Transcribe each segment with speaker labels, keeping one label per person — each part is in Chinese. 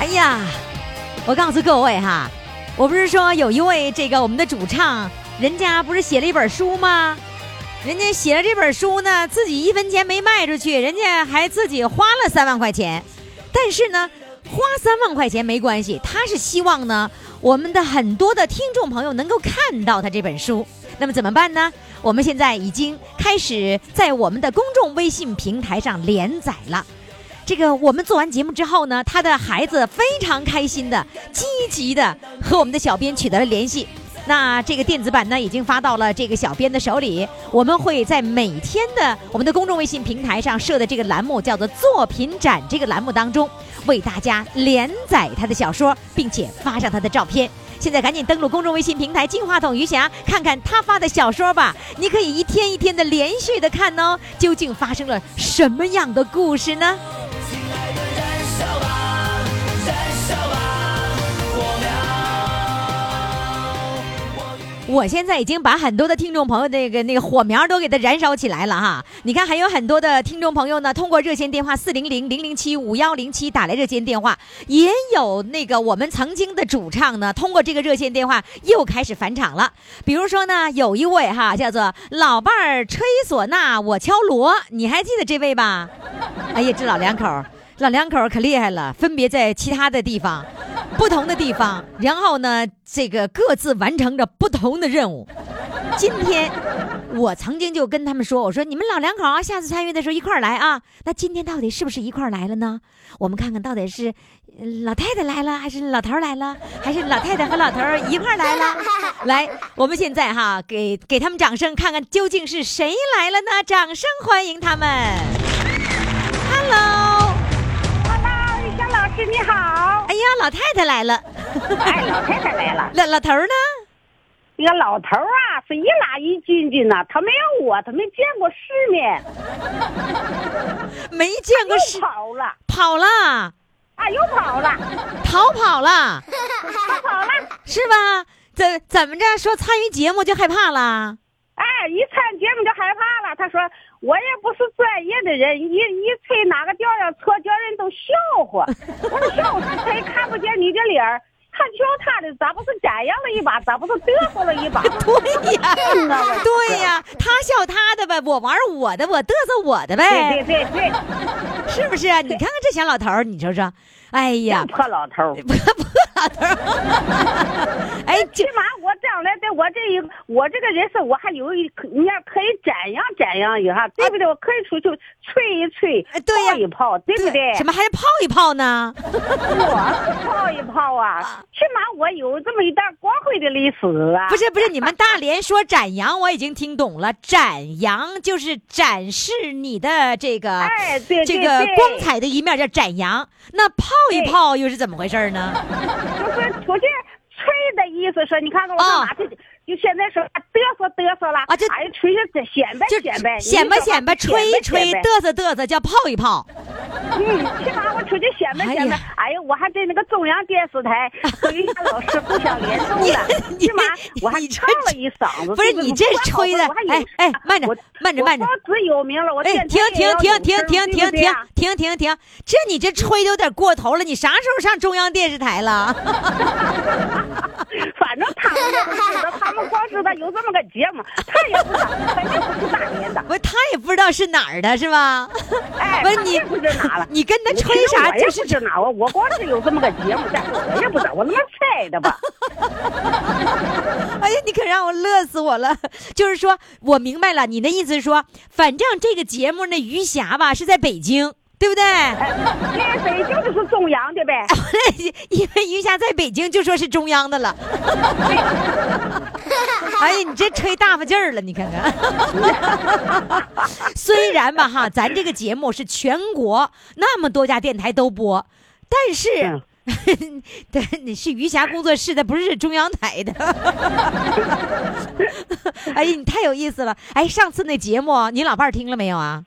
Speaker 1: 哎呀，我告诉各位哈，我不是说有一位这个我们的主唱，人家不是写了一本书吗？人家写了这本书呢，自己一分钱没卖出去，人家还自己花了三万块钱。但是呢，花三万块钱没关系，他是希望呢，我们的很多的听众朋友能够看到他这本书。那么怎么办呢？我们现在已经开始在我们的公众微信平台上连载了。这个我们做完节目之后呢，他的孩子非常开心的、积极的和我们的小编取得了联系。那这个电子版呢，已经发到了这个小编的手里。我们会在每天的我们的公众微信平台上设的这个栏目叫做“作品展”这个栏目当中，为大家连载他的小说，并且发上他的照片。现在赶紧登录公众微信平台“金话筒余霞”，看看他发的小说吧。你可以一天一天的连续的看哦，究竟发生了什么样的故事呢？我现在已经把很多的听众朋友的那个那个火苗都给它燃烧起来了哈！你看，还有很多的听众朋友呢，通过热线电话四零零零零七五幺零七打来热线电话，也有那个我们曾经的主唱呢，通过这个热线电话又开始返场了。比如说呢，有一位哈叫做老伴儿吹唢呐，我敲锣，你还记得这位吧？哎呀，这老两口儿，老两口儿可厉害了，分别在其他的地方。不同的地方，然后呢，这个各自完成着不同的任务。今天我曾经就跟他们说，我说你们老两口啊，下次参与的时候一块儿来啊。那今天到底是不是一块儿来了呢？我们看看到底是呃老太太来了，还是老头儿来了，还是老太太和老头儿一块儿来了？来，我们现在哈，给给他们掌声，看看究竟是谁来了呢？掌声欢迎他们。Hello，
Speaker 2: Hello，雨霞老师你好。
Speaker 1: 哎呀，老太太来了，
Speaker 2: 哎，老太太来了，
Speaker 1: 老老头儿呢？
Speaker 2: 那个老头儿啊是一拉一斤斤的，他没有我，他没见过世面，
Speaker 1: 没见过世
Speaker 2: 又，跑了
Speaker 1: 跑了，
Speaker 2: 啊，又跑了，
Speaker 1: 逃跑了，
Speaker 2: 又跑了。
Speaker 1: 是吧？怎怎么着说参与节目就害怕了？
Speaker 2: 哎，一看节目就害怕了。他说我也不是专业的人，一一吹哪个调要错，叫人都笑话。我说笑话是谁看不见你的脸儿，看瞧他的咋不是展扬了一把，咋不是嘚瑟了一把？
Speaker 1: 对呀，
Speaker 2: 嗯呐我
Speaker 1: 对呀，他笑他的呗，我玩我的，我嘚瑟我的
Speaker 2: 对对
Speaker 1: 呗，
Speaker 2: 对对，
Speaker 1: 是不是啊？你看看这小老头儿，你说说，哎呀
Speaker 2: 这，破老头儿。
Speaker 1: 哎，这
Speaker 2: 起码我将来在我这一我这个人生，我还有一可你看可以展扬展扬一下，对不对？我可以出去吹一吹
Speaker 1: 啊哎，对呀
Speaker 2: 泡一泡，对不对？
Speaker 1: 什么还泡一泡呢？
Speaker 2: 我泡一泡啊！起码我有这么一段光辉的历史 啊！
Speaker 1: 不是不是，你们大连说展扬，我已经听懂了，展扬就是展示你的这个，
Speaker 2: 哎对
Speaker 1: 这
Speaker 2: 对
Speaker 1: 个
Speaker 2: 对
Speaker 1: 光彩的一面叫展扬。那泡一
Speaker 2: 对
Speaker 1: 泡又是怎么回事 呢？
Speaker 2: 就是出去吹的意思说，你看看我上哪去？就现在说嘚瑟嘚瑟了
Speaker 1: 啊就
Speaker 2: 哎吹着显摆
Speaker 1: 就
Speaker 2: 显摆
Speaker 1: 显摆显摆，吹一吹，
Speaker 2: 对。
Speaker 1: 嘚瑟嘚瑟，叫泡一泡。
Speaker 2: 嗯，起码我出去显摆显摆
Speaker 1: 哎呀。，
Speaker 2: 哎呀，我还在那个中央电视台和瑜伽老师互相联动了
Speaker 1: 你
Speaker 2: 起码我还
Speaker 1: 你这
Speaker 2: 唱了一嗓子。
Speaker 1: 不是你这
Speaker 2: 我还好
Speaker 1: 吹的
Speaker 2: 我还有
Speaker 1: 哎哎慢着
Speaker 2: 我
Speaker 1: 慢着慢着
Speaker 2: 我报纸有名了，我
Speaker 1: 哎，
Speaker 2: 电台
Speaker 1: 停
Speaker 2: 也要
Speaker 1: 停
Speaker 2: 有
Speaker 1: 停停停
Speaker 2: 声对
Speaker 1: 停
Speaker 2: 不对
Speaker 1: 停
Speaker 2: 啊
Speaker 1: 停停停！这你这吹的有点过头了，你啥时候上中央电视台了？
Speaker 2: 反正他们都不知道，他们光知道有这么个节目，他也不知道，他也不是大连的。
Speaker 1: 不是，他也不知道是哪儿的，是吧？
Speaker 2: 哎，
Speaker 1: 不是
Speaker 2: 他
Speaker 1: 你
Speaker 2: 也不知道哪了。
Speaker 1: 你跟他
Speaker 2: 我
Speaker 1: 吹
Speaker 2: 其实
Speaker 1: 啥
Speaker 2: 我也
Speaker 1: 就
Speaker 2: 不
Speaker 1: 是
Speaker 2: 知道，我我光是有这么个节目，但是我也不知道，我他妈猜 的吧？
Speaker 1: 哎呀，你可让我乐死我了！就是说我明白了，你的意思是说，反正这个节目那余霞吧是在北京，对不对？
Speaker 2: 哎那北京就是中央的呗。
Speaker 1: 因为余霞在北京就说是中央的了。哎呀，你这吹大发劲儿了，你看看。 虽然吧哈，咱这个节目是全国那么多家电台都播，但是
Speaker 2: 嗯。
Speaker 1: 对，你是余霞工作室的，不是中央台的。 哎呀，你太有意思了！哎，上次那节目你老伴儿听了没有啊？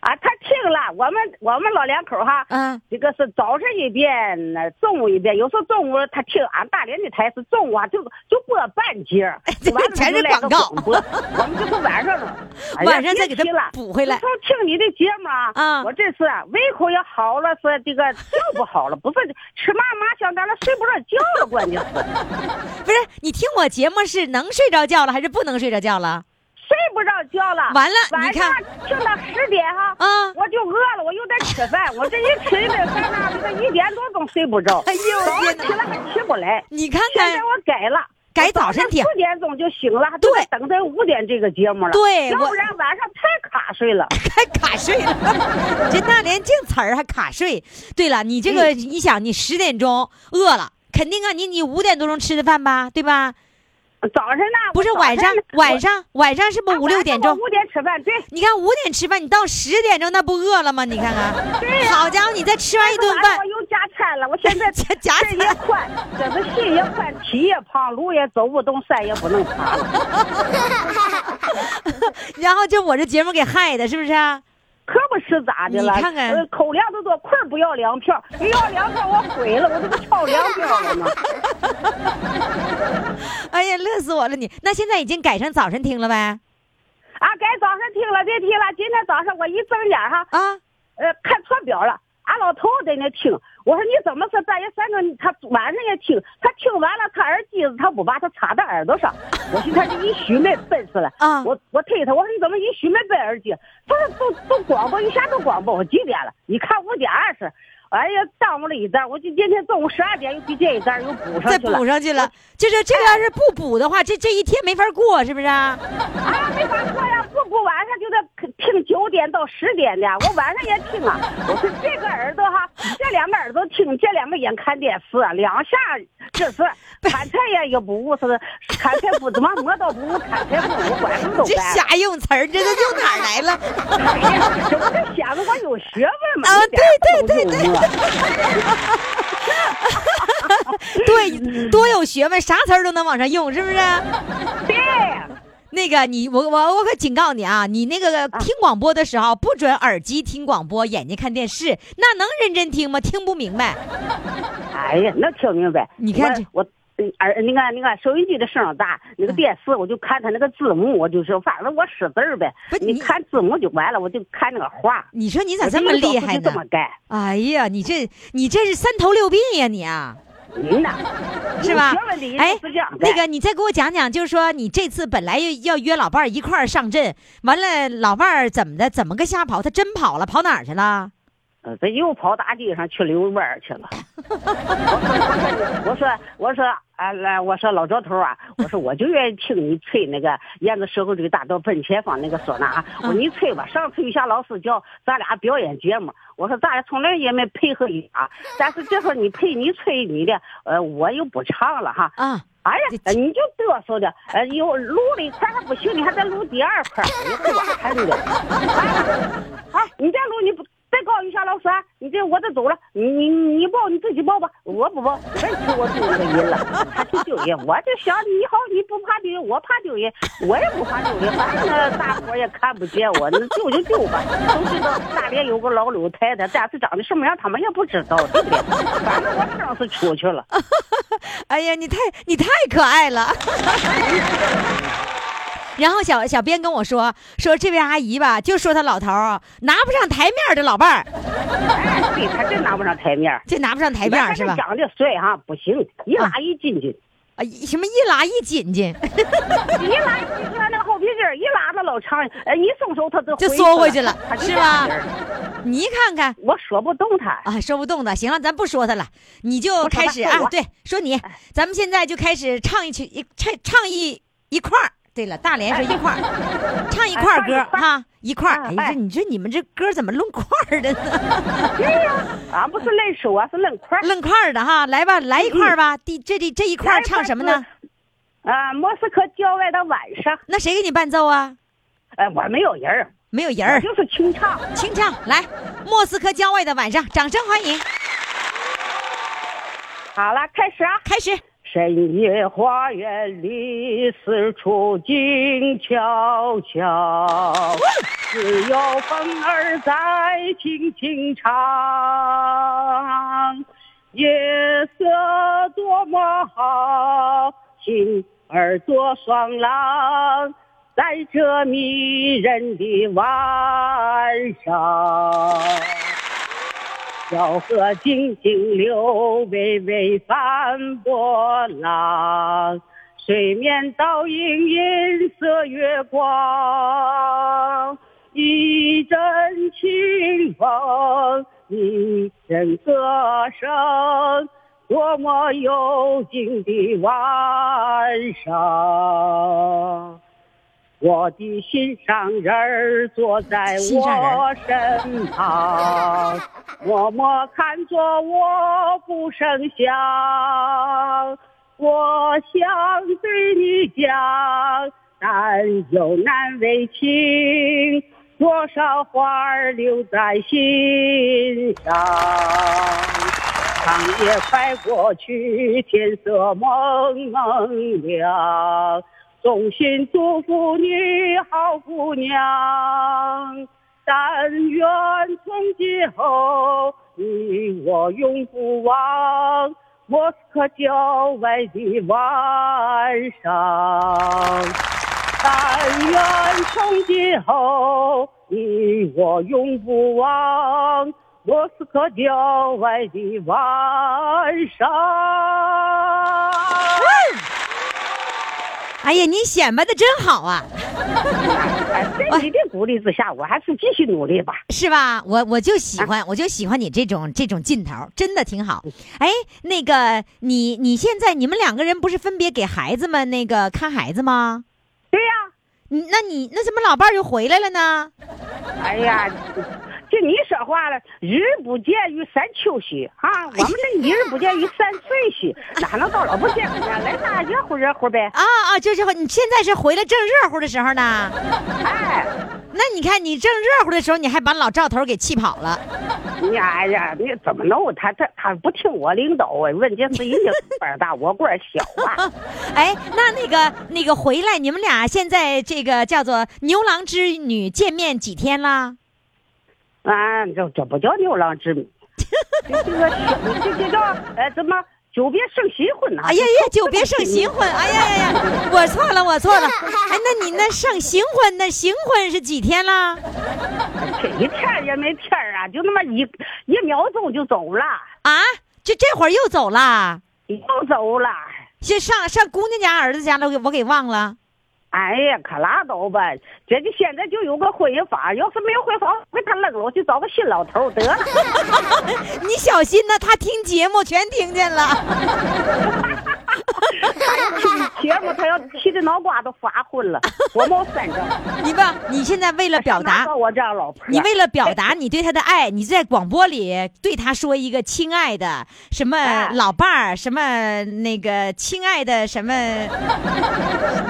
Speaker 2: 啊，他听了，我们我们老两口哈，
Speaker 1: 嗯，
Speaker 2: 这个是早晨一遍，那中午一遍，有时候中午他听俺大连的台是中午啊，就就播半截儿
Speaker 1: 哎这，
Speaker 2: 完了
Speaker 1: 全
Speaker 2: 他就是来个
Speaker 1: 广告
Speaker 2: 广播，我们就从晚 上了，哎呀
Speaker 1: 晚上再给他
Speaker 2: 别提了
Speaker 1: 补回来
Speaker 2: 自从听你的节目啊，
Speaker 1: 啊
Speaker 2: 我这次啊胃口也好了，是这个觉不好了，不是吃嘛嘛香，咱了睡不着觉了，关键是
Speaker 1: 不是，你听我节目是能睡着觉了还是不能睡着觉了？
Speaker 2: 睡不着觉了。
Speaker 1: 完了你
Speaker 2: 晚
Speaker 1: 看
Speaker 2: 上听到十点哈，
Speaker 1: 啊
Speaker 2: 我就饿了，我又得吃饭，我这一吃一顿饭呢，这个一点多钟睡不着，
Speaker 1: 哎呦
Speaker 2: 早
Speaker 1: 天哪
Speaker 2: 上起来还起不来。
Speaker 1: 你看
Speaker 2: 现
Speaker 1: 看
Speaker 2: 在，我改了，
Speaker 1: 改早晨 听
Speaker 2: 四点钟就醒了，还都在等这五点这个节目了。
Speaker 1: 对
Speaker 2: 要
Speaker 1: 我
Speaker 2: 不然晚上太卡睡了。
Speaker 1: 还卡睡了， 这大连净词儿还卡睡。对了，你这
Speaker 2: 嗯
Speaker 1: 个你想，你十点钟饿了，肯定啊，你你五点多钟吃的饭吧，对吧？
Speaker 2: 早晨呢？
Speaker 1: 不是
Speaker 2: 我早
Speaker 1: 晚上
Speaker 2: 晨，
Speaker 1: 晚上晚上是不
Speaker 2: 我
Speaker 1: 是五六点
Speaker 2: 晚
Speaker 1: 钟
Speaker 2: 上？我五点吃饭，对，
Speaker 1: 你看五点吃饭，你到十点钟那不饿了吗？你看看，
Speaker 2: 对呀
Speaker 1: 好家伙，你再吃完一顿
Speaker 2: 晚上
Speaker 1: 饭
Speaker 2: 我，又加餐了。我 现 在
Speaker 1: 加加餐
Speaker 2: 这也宽，这个心也宽，体也胖，路也走不动，山也不能爬了。
Speaker 1: 然后就我这节目给害的，是不是啊？
Speaker 2: 可不是咋的了，
Speaker 1: 你看看
Speaker 2: 呃口粮都多，棍儿不要粮票，一要粮票我毁了，我这不炒粮票了吗？
Speaker 1: 哎呀，乐死我了你！那现在已经改成早晨听了呗？
Speaker 2: 啊，该早上听了，别提了。今天早上我一睁眼哈，
Speaker 1: 啊，
Speaker 2: 呃，看错表了。俺老头在那听，我说你怎么是半夜三更？他晚上也听，他听完了，他耳机子他不把他插在耳朵上，我寻思他这一宿没笨死了。
Speaker 1: 啊
Speaker 2: 我我推他，我说你怎么一宿没奔耳机？他说都都广播一下都广播，我几点了？你看五点二十，哎呀，耽误了一单，我就今天中午十二点又去这一单又补上
Speaker 1: 再
Speaker 2: 去了
Speaker 1: 补。上去了，就是这个要是不补的话，这这一天没法过，是不是啊？
Speaker 2: 啊，没法说呀，不不，晚上就得听九点到十点的，我晚上也听啊。我说这个耳朵哈，这两个耳朵听，这两个眼看电视，两下这是砍柴也也不误是砍柴不怎么磨刀不误砍柴不误，管什么都
Speaker 1: 这
Speaker 2: 干。
Speaker 1: 瞎用词儿，这都用哪儿来了？
Speaker 2: 哎呀，我就想着我有学问嘛，
Speaker 1: 啊
Speaker 2: 一点都不幽默。
Speaker 1: 对，
Speaker 2: 嗯
Speaker 1: 多有学问，啥词儿都能往上用，是不是？啊
Speaker 2: 对，
Speaker 1: 那个你，我我我可警告你啊，你那个听广播的时候不准耳机听广播，眼睛看电视，那能认真听吗？听不明白。
Speaker 2: 哎呀，能听明白？
Speaker 1: 你看这嗯
Speaker 2: 我。我嗯耳那个那个收音机的声儿大，那个电视我就看它那个字幕，我就是反正我识字儿呗。
Speaker 1: 不你
Speaker 2: 你看字幕就完了，我就看那个画。
Speaker 1: 你说你咋这么厉害
Speaker 2: 我就这
Speaker 1: 呢？
Speaker 2: 么干，
Speaker 1: 哎呀，你这你这是三头六臂呀、你啊，
Speaker 2: 嗯呐，
Speaker 1: 是吧
Speaker 2: 有学问的？人
Speaker 1: 哎
Speaker 2: 就是这样，干
Speaker 1: 那个你再给我讲讲，就是说你这次本来要要约老伴儿一块儿上阵，完了老伴儿怎么的，怎么个瞎跑？他真跑了，跑哪儿去了？
Speaker 2: 呃这又跑大街上去遛弯儿去了。我说，我说你，我说，我说，啊，来，我说老赵头啊，我说我就愿意听你吹那个燕子社会主义大道奔前方那个唢呐啊。我说你吹吧，上次玉霞老师叫咱俩表演节目，我说咱俩从来也没配合你啊，但是这会儿你配你吹你的，呃，我又不唱了哈。
Speaker 1: 啊，
Speaker 2: 哎呀
Speaker 1: 这，
Speaker 2: 呃你就嘚瑟的，呃，有撸了一块还不行，你还得撸第二块，你这我看的。哎，你再撸你不再告诉一下老师啊，你这我这走了，你你你报你自己报吧，我不报，别提我丢这个人了，还去丢人，我就想你好，你不怕丢人，我怕丢人，我也不怕丢人，反正那大伙儿也看不见我，那丢就丢吧，都知道大连有个老鲁太太，但是长得什么样他们也不知道，对不对？反正我声是出去了。
Speaker 1: 哎呀，你太你太可爱了。 然后小小编跟我说说这位阿姨吧，就说她老头儿拿不上台面儿的老伴儿，
Speaker 2: 哎，对他真拿不上台面儿，
Speaker 1: 就拿不上台面儿是吧
Speaker 2: 哎他这？长得帅哈、不行，一拉一进去，
Speaker 1: 啊，一什么一拉一紧紧，
Speaker 2: 一拉一进去，那个后皮筋儿一拉他老长，哎，一松手他就
Speaker 1: 就
Speaker 2: 回
Speaker 1: 缩回去了
Speaker 2: 他就是
Speaker 1: 吧
Speaker 2: 这样人儿
Speaker 1: 你看看
Speaker 2: 我说不动他，
Speaker 1: 啊，说不动的。行了，咱不说他了，你就
Speaker 2: 我说吧
Speaker 1: 开始
Speaker 2: 说
Speaker 1: 啊，
Speaker 2: 我
Speaker 1: 对，说你，
Speaker 2: 哎
Speaker 1: 咱们现在就开始唱一曲一唱唱一一块儿。对了，大连是一块 儿，唱一块儿歌
Speaker 2: 哎唱一块儿
Speaker 1: 哈，一块儿。
Speaker 2: 啊
Speaker 1: 哎呀，
Speaker 2: 哎
Speaker 1: 这你说你们这歌怎么论块儿的呢？
Speaker 2: 对哎呀、俺不是愣手啊，是愣块儿。
Speaker 1: 愣块儿的哈，来吧，来一块儿吧。第这这这一块儿
Speaker 2: 嗯来
Speaker 1: 唱什么呢？？
Speaker 2: 啊，莫斯科郊外的晚上，
Speaker 1: 那谁给你伴奏啊？
Speaker 2: 哎，我没有人儿，
Speaker 1: 没有人
Speaker 2: 我
Speaker 1: 儿，
Speaker 2: 就是清唱。
Speaker 1: 清唱来，莫斯科郊外的晚上，掌声欢迎，
Speaker 2: 好了，开始啊。
Speaker 1: 开始。
Speaker 2: 深夜花园里，四处静悄悄，只有风儿在轻轻唱。夜色多么好，心儿多爽朗，在这迷人的晚上。小河静静流，微微翻波浪，水面倒映银色月光。一阵清风，一阵歌声，多么幽静的晚上！我的心上人儿坐在
Speaker 1: 心上人
Speaker 2: 我身旁，默默看着我不声响。我想对你讲，但有难为情，多少花儿留在心上。长夜快过去，天色蒙蒙亮，衷心祝福你好姑娘。但愿从今后，你我永不忘莫斯科郊外的晚上。但愿从今后，你我永不忘莫斯科郊外的晚上。
Speaker 1: 哎呀，你显摆的真好啊，
Speaker 2: 哎，在你的鼓励之下，我还是继续努力吧。
Speaker 1: 是吧？我我就喜欢，我就喜欢你这种这种劲头，真的挺好。哎，那个你你现在你们两个人不是分别给孩子们那个看孩子吗？
Speaker 2: 对呀、
Speaker 1: 你那你那怎么老伴儿就回来了呢？
Speaker 2: 哎呀，就你说话了，日不见于三秋兮啊！我们这一日不见于三岁兮，哪能到老不见呢？来那热乎热乎呗！
Speaker 1: 啊啊，就是你现在是回来正热乎的时候呢。
Speaker 2: 哎，
Speaker 1: 那你看你正热乎的时候，你还把老赵头给气跑了。
Speaker 2: 你哎呀，你怎么弄？他这他不听我领导啊！问题是人家官儿大，我官儿小啊！
Speaker 1: 哎，那那个那个回来，你们俩现在这个叫做牛郎织女见面几天啦？
Speaker 2: 啊，这这不叫牛郎织女，这这个小这这叫呃怎么久别胜新婚呐？
Speaker 1: 哎呀呀，久别胜新婚！哎呀呀呀，我错了，我错了。哎，那你那胜新婚，那新婚是几天啦？
Speaker 2: 这一天儿也没天儿啊，就那么一一秒钟就走了，
Speaker 1: 啊，这这会儿又走啦？
Speaker 2: 又走了。
Speaker 1: 先上上姑娘家、儿子家了，我给我给忘了。
Speaker 2: 哎呀，可拉倒吧！这就现在就有个婚姻法，要是没有婚姻法，我给他扔了，我去找个新老头儿得了。
Speaker 1: 你小心呐，他听节目全听见了。
Speaker 2: 节目他要气的脑瓜都发昏了，我没三张，
Speaker 1: 你吧，你现在为了表达
Speaker 2: 哪找我这样老婆儿？啊
Speaker 1: 你为了表达你对他的爱，你在广播里对他说一个“亲爱的”什么
Speaker 2: 哎
Speaker 1: 老伴儿，什么那个“亲爱的”什 么，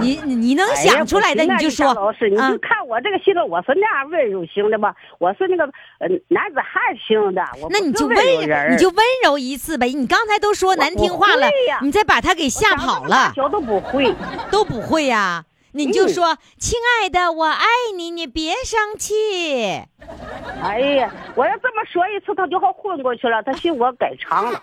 Speaker 1: 你你你能
Speaker 2: 哎呀
Speaker 1: 想出来的
Speaker 2: 不行
Speaker 1: 你
Speaker 2: 啊
Speaker 1: 就说
Speaker 2: 张老师，你
Speaker 1: 啊
Speaker 2: 就看我这个性格，我是那样温柔型的吧，我是那个呃男子汉型的，我不
Speaker 1: 那你
Speaker 2: 是
Speaker 1: 就温
Speaker 2: 柔人儿，
Speaker 1: 你就温柔一次呗。你刚才都说难听话了
Speaker 2: 我会呀，
Speaker 1: 你再把他给吓跑了，
Speaker 2: 小都不会。
Speaker 1: 都不会呀、你就
Speaker 2: 嗯
Speaker 1: 说：“亲爱的，我爱你，你别生气。”
Speaker 2: 哎呀，我要这么说一次，他就好混过去了，他信我改肠了。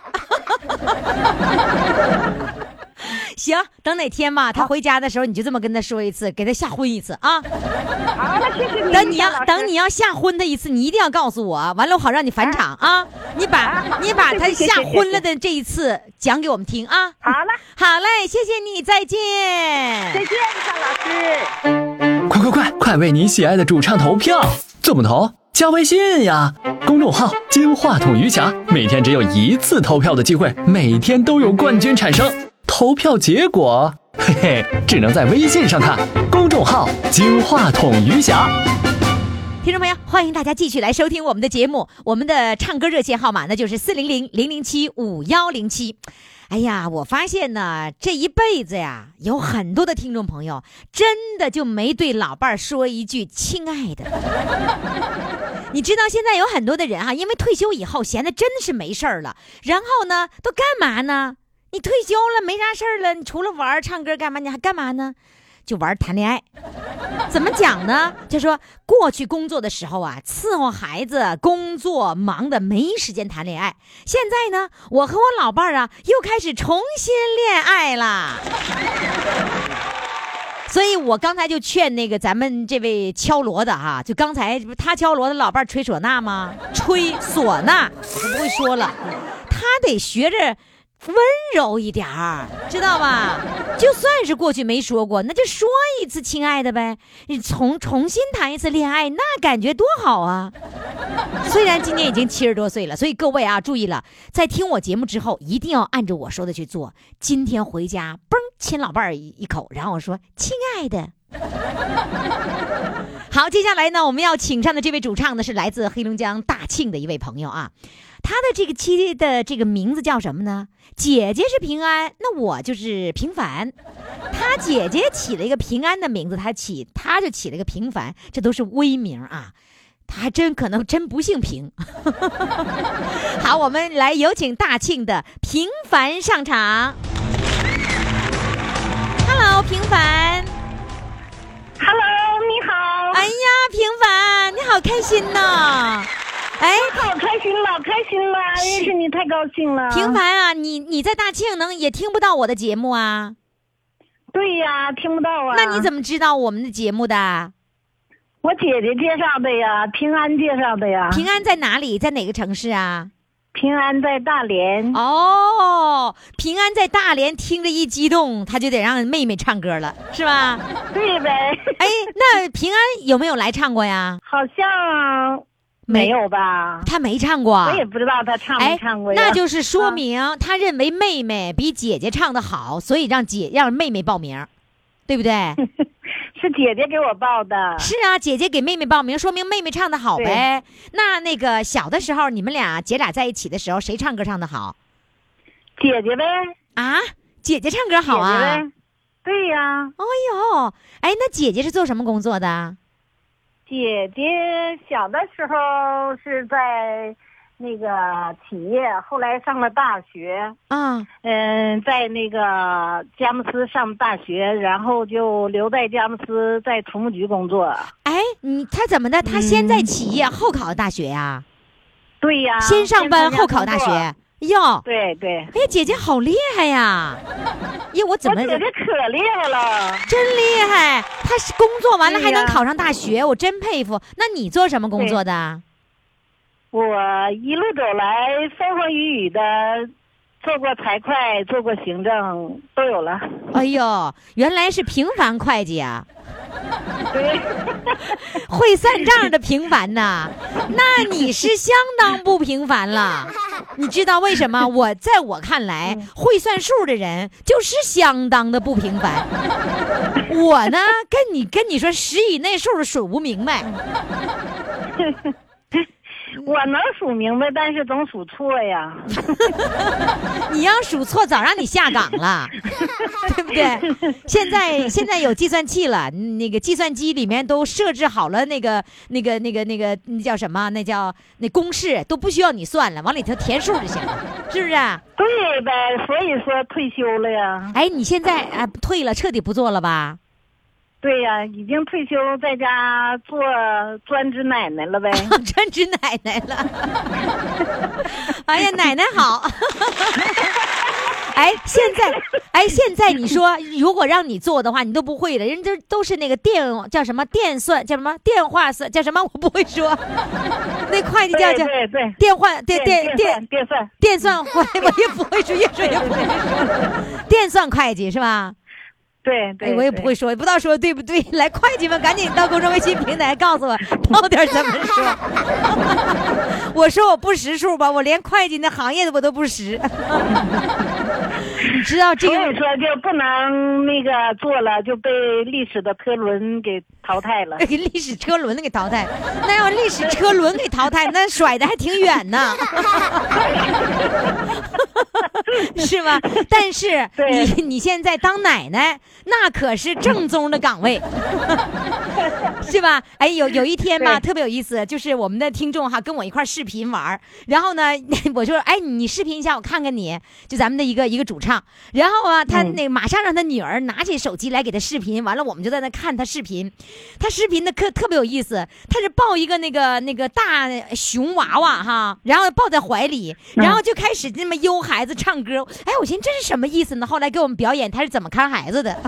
Speaker 1: 行，等哪天吧，他回家的时候，你就这么跟他说一次，给他吓昏一次啊。
Speaker 2: 好了，谢谢你，
Speaker 1: 等你啊要
Speaker 2: 张老师
Speaker 1: 等你要吓昏他一次，你一定要告诉我，完了我好让你返场啊！你把
Speaker 2: 啊
Speaker 1: 你把他
Speaker 2: 谢谢
Speaker 1: 吓
Speaker 2: 谢谢
Speaker 1: 昏了的这一次讲给我们听啊！
Speaker 2: 好了，
Speaker 1: 好嘞，谢谢你，再
Speaker 2: 再
Speaker 1: 见。
Speaker 2: 见，张老师。
Speaker 3: 快快快，快为你喜爱的主唱投票！怎么投？加微信呀，公众号“金话筒余霞”，每天只有一次投票的机会，每天都有冠军产生。投票结果，嘿嘿，只能在微信上看。公众号“金话筒余霞”。
Speaker 1: 听众朋友，欢迎大家继续来收听我们的节目，我们的唱歌热线号码呢就是四零零零零七五幺零七。哎呀，我发现呢，这一辈子呀，有很多的听众朋友真的就没对老伴儿说一句“亲爱的”。 你知道现在有很多的人啊，因为退休以后闲的真的是没事儿了，然后呢，都干嘛呢？你退休了没啥事儿了，你除了玩儿、唱歌干嘛？你还干嘛呢？就玩儿谈恋爱。怎么讲呢？就说过去工作的时候啊，伺候孩子、工作忙的没时间谈恋爱。现在呢，我和我老伴儿啊，又开始重新恋爱啦。所以我刚才就劝那个咱们这位敲锣的哈、就刚才不是他敲锣的老伴儿吹唢呐吗？吹唢呐，我都不会说了，他得学着。温柔一点儿，知道吧？就算是过去没说过，那就说一次“亲爱的”呗。你重重新谈一次恋爱，那感觉多好啊！虽然今年已经七十多岁了，所以各位啊，注意了，在听我节目之后，一定要按照我说的去做。今天回家，嘣，亲老伴儿一一口，然后我说：“亲爱的。”好，接下来呢，我们要请上的这位主唱呢，是来自黑龙江大庆的一位朋友啊。他的这个妻的这个名字叫什么呢？姐姐是平安，那我就是平凡。他姐姐起了一个平安的名字，他起他就起了一个平凡，这都是微名啊。他还真可能真不姓平。 好，我们来有请大庆的平凡上场。Hello，平凡。
Speaker 2: Hello，你好，
Speaker 1: 哎呀，平凡，你好开心呐！哎，
Speaker 2: 好开心了，开心了，认识你太高兴了。
Speaker 1: 平凡啊，你你在大庆能也听不到我的节目啊？
Speaker 2: 对呀，听不到啊。啊
Speaker 1: 那你
Speaker 2: 么？
Speaker 1: 怎么知道我们的节目的？
Speaker 2: 我姐姐介绍的呀，平安介绍的呀。
Speaker 1: 平安在哪里？在哪个城市啊？
Speaker 2: 平安在大连。
Speaker 1: 哦，平安在大连，听着一激动，他就得让妹妹唱歌了，是 吧？
Speaker 2: 对呗，
Speaker 1: 哎，那平安有没有来唱过呀？
Speaker 2: 好像没有吧？
Speaker 1: 他没唱过。哎
Speaker 2: 我也不知道他唱没唱过呀。啊
Speaker 1: 那就是说明他认为妹妹比姐姐唱的好，所以让姐让妹妹报名，对不对？
Speaker 2: 是姐姐给我报的。
Speaker 1: 是啊，姐姐给妹妹报名，说明妹妹唱的好呗。那那个小的时候，你们俩姐俩在一起的时候，谁唱歌唱的好
Speaker 2: 姐姐呗，
Speaker 1: 啊？姐姐唱歌好啊！
Speaker 2: 姐姐呗。对呀、
Speaker 1: 哎呦，哎，那姐姐是做什么工作的？
Speaker 2: 姐姐小的时候是在那个企业，后来上了大学，
Speaker 1: 啊，
Speaker 2: 嗯，在那个佳木斯上大学，然后就留在佳木斯，在土木局工作。
Speaker 1: 哎，你她怎么的？她先在企业，后考的大学呀、
Speaker 2: 对呀、
Speaker 1: 先上班后
Speaker 2: 参加
Speaker 1: 考大
Speaker 2: 工作
Speaker 1: 学。哟，
Speaker 2: 对对，
Speaker 1: 哎呀，姐姐好厉害 呀！呀，我怎
Speaker 2: 我
Speaker 1: 么
Speaker 2: 姐姐可厉害了。
Speaker 1: 真厉害？她是工作完了
Speaker 2: 对
Speaker 1: 还能
Speaker 2: 呀
Speaker 1: 考上大学，我真佩服。那你做什么工作的？
Speaker 2: 我一路走来风风雨雨的，做过财会，做过行政，都有了。
Speaker 1: 哎呦，原来是平凡会计啊，
Speaker 2: 对，
Speaker 1: 会算账的平凡呐。那你是相当不平凡了。你知道为什么？我在我看来，会算数的人就是相当的不平凡。我呢，跟你跟你说，十以内数数不明白。
Speaker 2: 我能数明白，但是总数错呀。
Speaker 1: 你要数错，早让你下岗了，对不对？现在现在有计算器了，那个计算机里面都设置好了那个那个那个那个那叫什么？那叫那公式都不需要你算了，往里头填数就行了，是不是？
Speaker 2: 对呗，所以说退休了呀。
Speaker 1: 哎，你现在啊、退了，彻底不做了吧？
Speaker 2: 对呀，已经退休，在家做专职奶奶了呗。
Speaker 1: 专职奶奶了。哎呀，奶奶好。 哎，现在，哎，现在你说，如果让你做的话，你都不会的，人家都是那个电叫什么电算，叫什么电话算，叫什么？我不会说，那会计 叫
Speaker 2: 对
Speaker 1: 叫
Speaker 2: 对对，
Speaker 1: 电话电电
Speaker 2: 电
Speaker 1: 电
Speaker 2: 算电算，
Speaker 1: 电算会， 我也不会说，越说越不会说了，电算会计是吧？
Speaker 2: 对
Speaker 1: 哎，
Speaker 2: 对。
Speaker 1: 我也不会说，不知道说对不对。 来，会计们，赶紧到公众微信平台告诉我，到底儿怎么 说。我说我不识数吧，我连会计那行业的我都不识。 你知道这
Speaker 2: 所
Speaker 1: 个。
Speaker 2: 以说就不能那个做了，就被历史的车轮给淘汰了
Speaker 1: 给历史车轮给淘汰， 那要历史车轮给淘汰，那甩的还挺远呢， 是吗？但是
Speaker 2: 对
Speaker 1: 你你现在当奶奶，那可是正宗的岗位， 是吧？哎，有有一天吧，特别有意思，就是我们的听众哈跟我一块儿视频玩儿，然后呢， 我就说哎，你视频一下，我看看你，就咱们的一个一个主唱，然后啊，
Speaker 2: 嗯
Speaker 1: 他那马上让他女儿拿起手机来给他视频，完了我们就在那看他视频，他视频的特特别有意思，他是抱一个那个那个大熊娃娃哈，然后抱在怀里，然
Speaker 2: 嗯
Speaker 1: 后就开始那么悠孩子唱歌，哎，我寻思这是什么意思呢？后来给我们表演他是怎么看孩子的。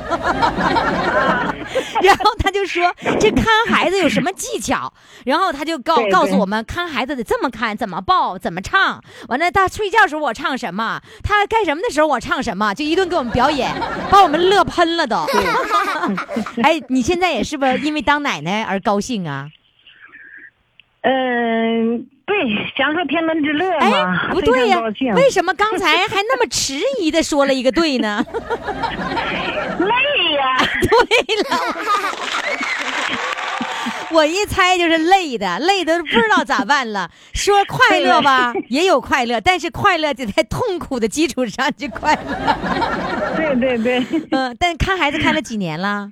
Speaker 1: 然后他就说这看孩子有什么技巧，然后他就告
Speaker 2: 对对
Speaker 1: 告诉我们看孩子得这么看，怎么抱，怎么唱。完了，他睡觉时候我唱什么，他干什么的时候我唱什么，就一顿给我们表演，把我们乐喷了都。 哎，你现在也是不是因为当奶奶而高兴啊？呃
Speaker 2: 嗯，对，享受天伦之乐
Speaker 1: 哎
Speaker 2: 嘛，，
Speaker 1: 不对
Speaker 2: 非
Speaker 1: 呀、
Speaker 2: 常高兴。
Speaker 1: 为什么刚才还那么迟疑的说了一个对呢？
Speaker 2: 累呀、
Speaker 1: 对了，我一猜就是累的，累的不知道咋办了。说快乐 吧，也有快乐，但是快乐得在痛苦的基础上去快乐。
Speaker 2: 对对对，
Speaker 1: 嗯，但看孩子看了几年了，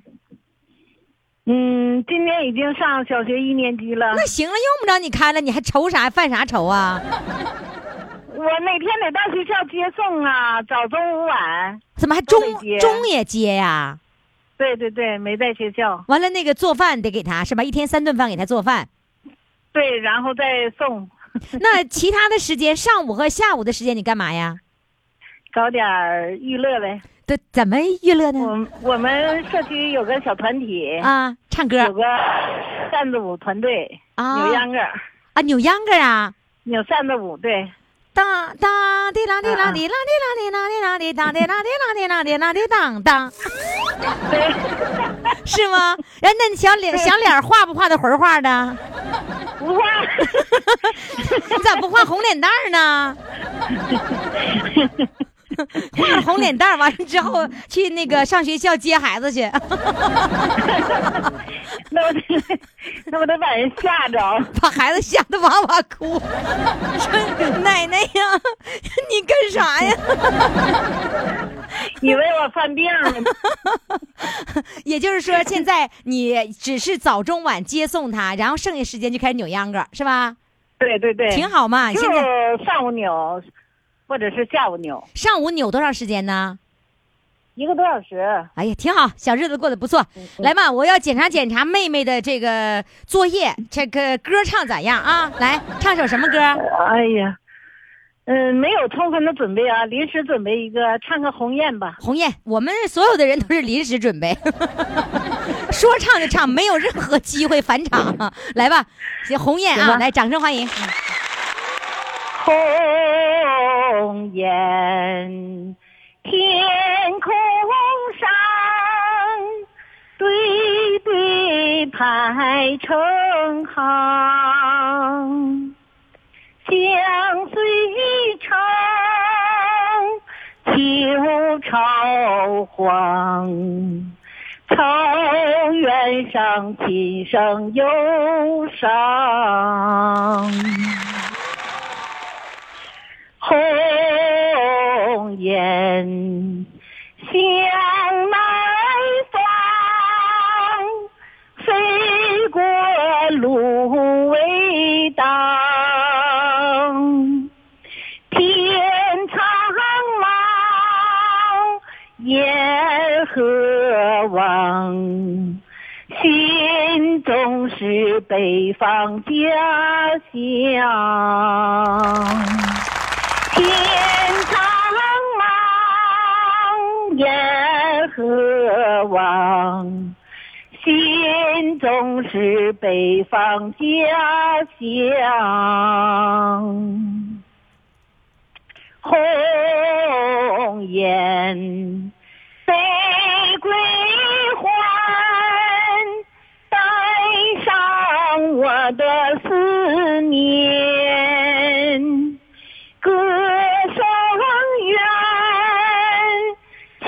Speaker 2: 嗯，今年已经上小学一年级了。
Speaker 1: 那行了，用不着你看了，你还愁啥犯啥愁啊？
Speaker 2: 我每天得到学校接送啊，早中午晚。
Speaker 1: 怎么还
Speaker 2: 都
Speaker 1: 中
Speaker 2: 得接
Speaker 1: 中也接呀？
Speaker 2: 对对对，没在学校。
Speaker 1: 完了，那个做饭得给他是吧？一天三顿饭给他做饭。
Speaker 2: 对，然后再送，
Speaker 1: 那其他的时间，上午和下午的时间你干嘛呀？
Speaker 2: 搞点儿娱乐呗。
Speaker 1: 都怎么娱乐呢？
Speaker 2: 我我们社区有个小团体，
Speaker 1: 啊，唱
Speaker 2: 有
Speaker 1: 歌
Speaker 2: 个扇子舞团队，
Speaker 1: 啊
Speaker 2: 扭秧歌儿，
Speaker 1: 啊，扭秧歌啊。
Speaker 2: 扭扇子舞，对。
Speaker 1: 当当滴啦滴啦滴啦滴啦滴啦滴啦滴啦滴啦滴啦滴啦滴啦滴当当，是吗？哎，那你小脸小脸画不画的魂画的？
Speaker 2: 不 画，
Speaker 1: 你咋不画红脸蛋儿呢？画了红脸蛋儿，完了之后去那个上学校接孩子去，
Speaker 2: 那我得那我得把人吓着。
Speaker 1: 把孩子吓得哇哇哭，说奶奶呀，你干啥呀？
Speaker 2: 以为我犯病 了，
Speaker 1: 也就是说，现在你只是早中晚接送他，然后剩下时间就开始扭秧歌，是吧？
Speaker 2: 对对对，
Speaker 1: 挺好嘛。
Speaker 2: 就
Speaker 1: 现在
Speaker 2: 是上午扭，或者是下午扭，
Speaker 1: 上午扭多长时间呢？
Speaker 2: 一个多小时。
Speaker 1: 哎呀，挺好，小日子过得不错。
Speaker 2: 嗯
Speaker 1: 来嘛，我要检查检查妹妹的这个作业，这个歌唱咋样啊？来，唱首什么歌？
Speaker 2: 哎呀，嗯，没有充分的准备啊，临时准备一个，唱个《鸿雁》吧。
Speaker 1: 红艳，我们所有的人都是临时准备， 说唱就唱，没有任何机会返场。 来吧，行，红艳啊，来，掌声欢迎。
Speaker 2: 鸿雁，天空上，对对排成行，相随成秋朝黄。草原上，琴声忧伤。鸿雁向南方，飞过芦苇荡。天苍茫，雁何往？心中是北方家乡。天苍茫，雁何往？心中是北方家乡。鸿雁北归还，带上我的思念，歌声远，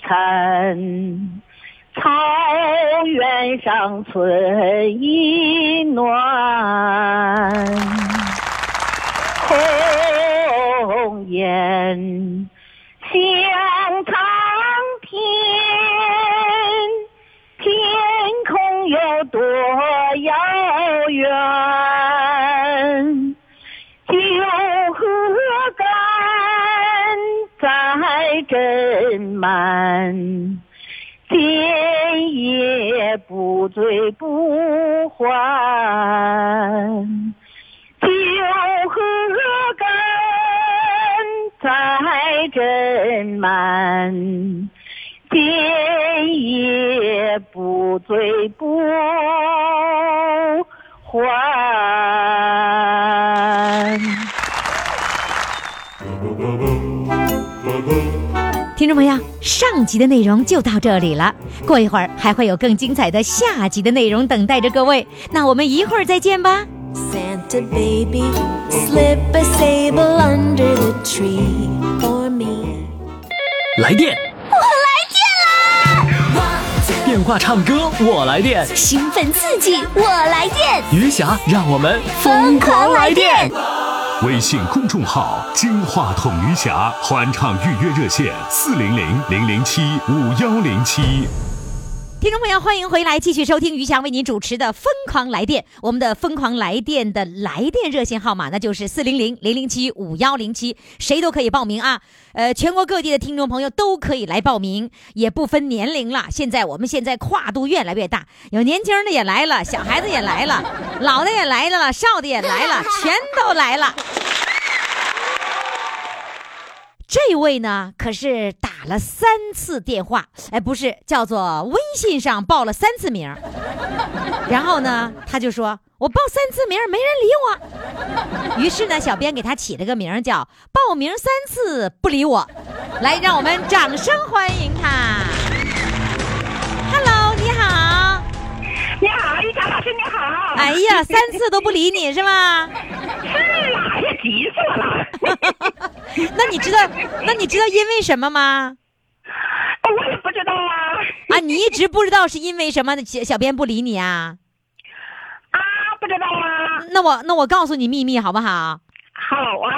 Speaker 2: 晨，草原上春意暖，红颜向苍天，天空有多遥远？酒喝干，再斟满，今夜不醉不还。酒喝干，再斟满，今夜不醉不还。
Speaker 1: 听众朋友，上集的内容就到这里了，过一会儿还会有更精彩的下集的内容等待着各位。那我们一会儿再见吧。
Speaker 4: Santa baby, slip a sable under the tree for me.
Speaker 3: 来电，我来电啦！电话唱歌，我来电。
Speaker 5: 兴奋刺激，我来 电，
Speaker 3: 余霞，让我们
Speaker 5: 疯狂来电！
Speaker 6: 微信公众号“金话筒余霞”欢唱预约热线：四零零零零七五幺零七。
Speaker 1: 听众朋友，欢迎回来，继续收听于翔为您主持的《疯狂来电》。我们的《疯狂来电》的来电热线号码那就是四零零零零七五幺零七，谁都可以报名啊。呃，全国各地的听众朋友都可以来报名，也不分年龄了。现在我们现在跨度越来越大，有年轻的也来了，小孩子也来了，老的也来了，少的也来了，全都来了。这位呢，可是打了三次电话，哎，不是，叫做微信上报了三次名儿， 然后呢，他就说我报三次名儿没人理我，于是呢，小编给他起了个名儿叫“报名三次不理我”，来，让我们掌声欢迎他。Hello，你好，
Speaker 2: 你好，一强老师你好。
Speaker 1: 哎呀，三次都不理你是吗？
Speaker 2: 是啦，也急死我了。
Speaker 1: 那你知道，那你知道因为什么吗？
Speaker 2: 哎我也不知道啊。
Speaker 1: 啊，你一直不知道是因为什么，小小编不理你啊？
Speaker 2: 啊，不知道啊。
Speaker 1: 那我那我告诉你秘密好不好？
Speaker 2: 好啊。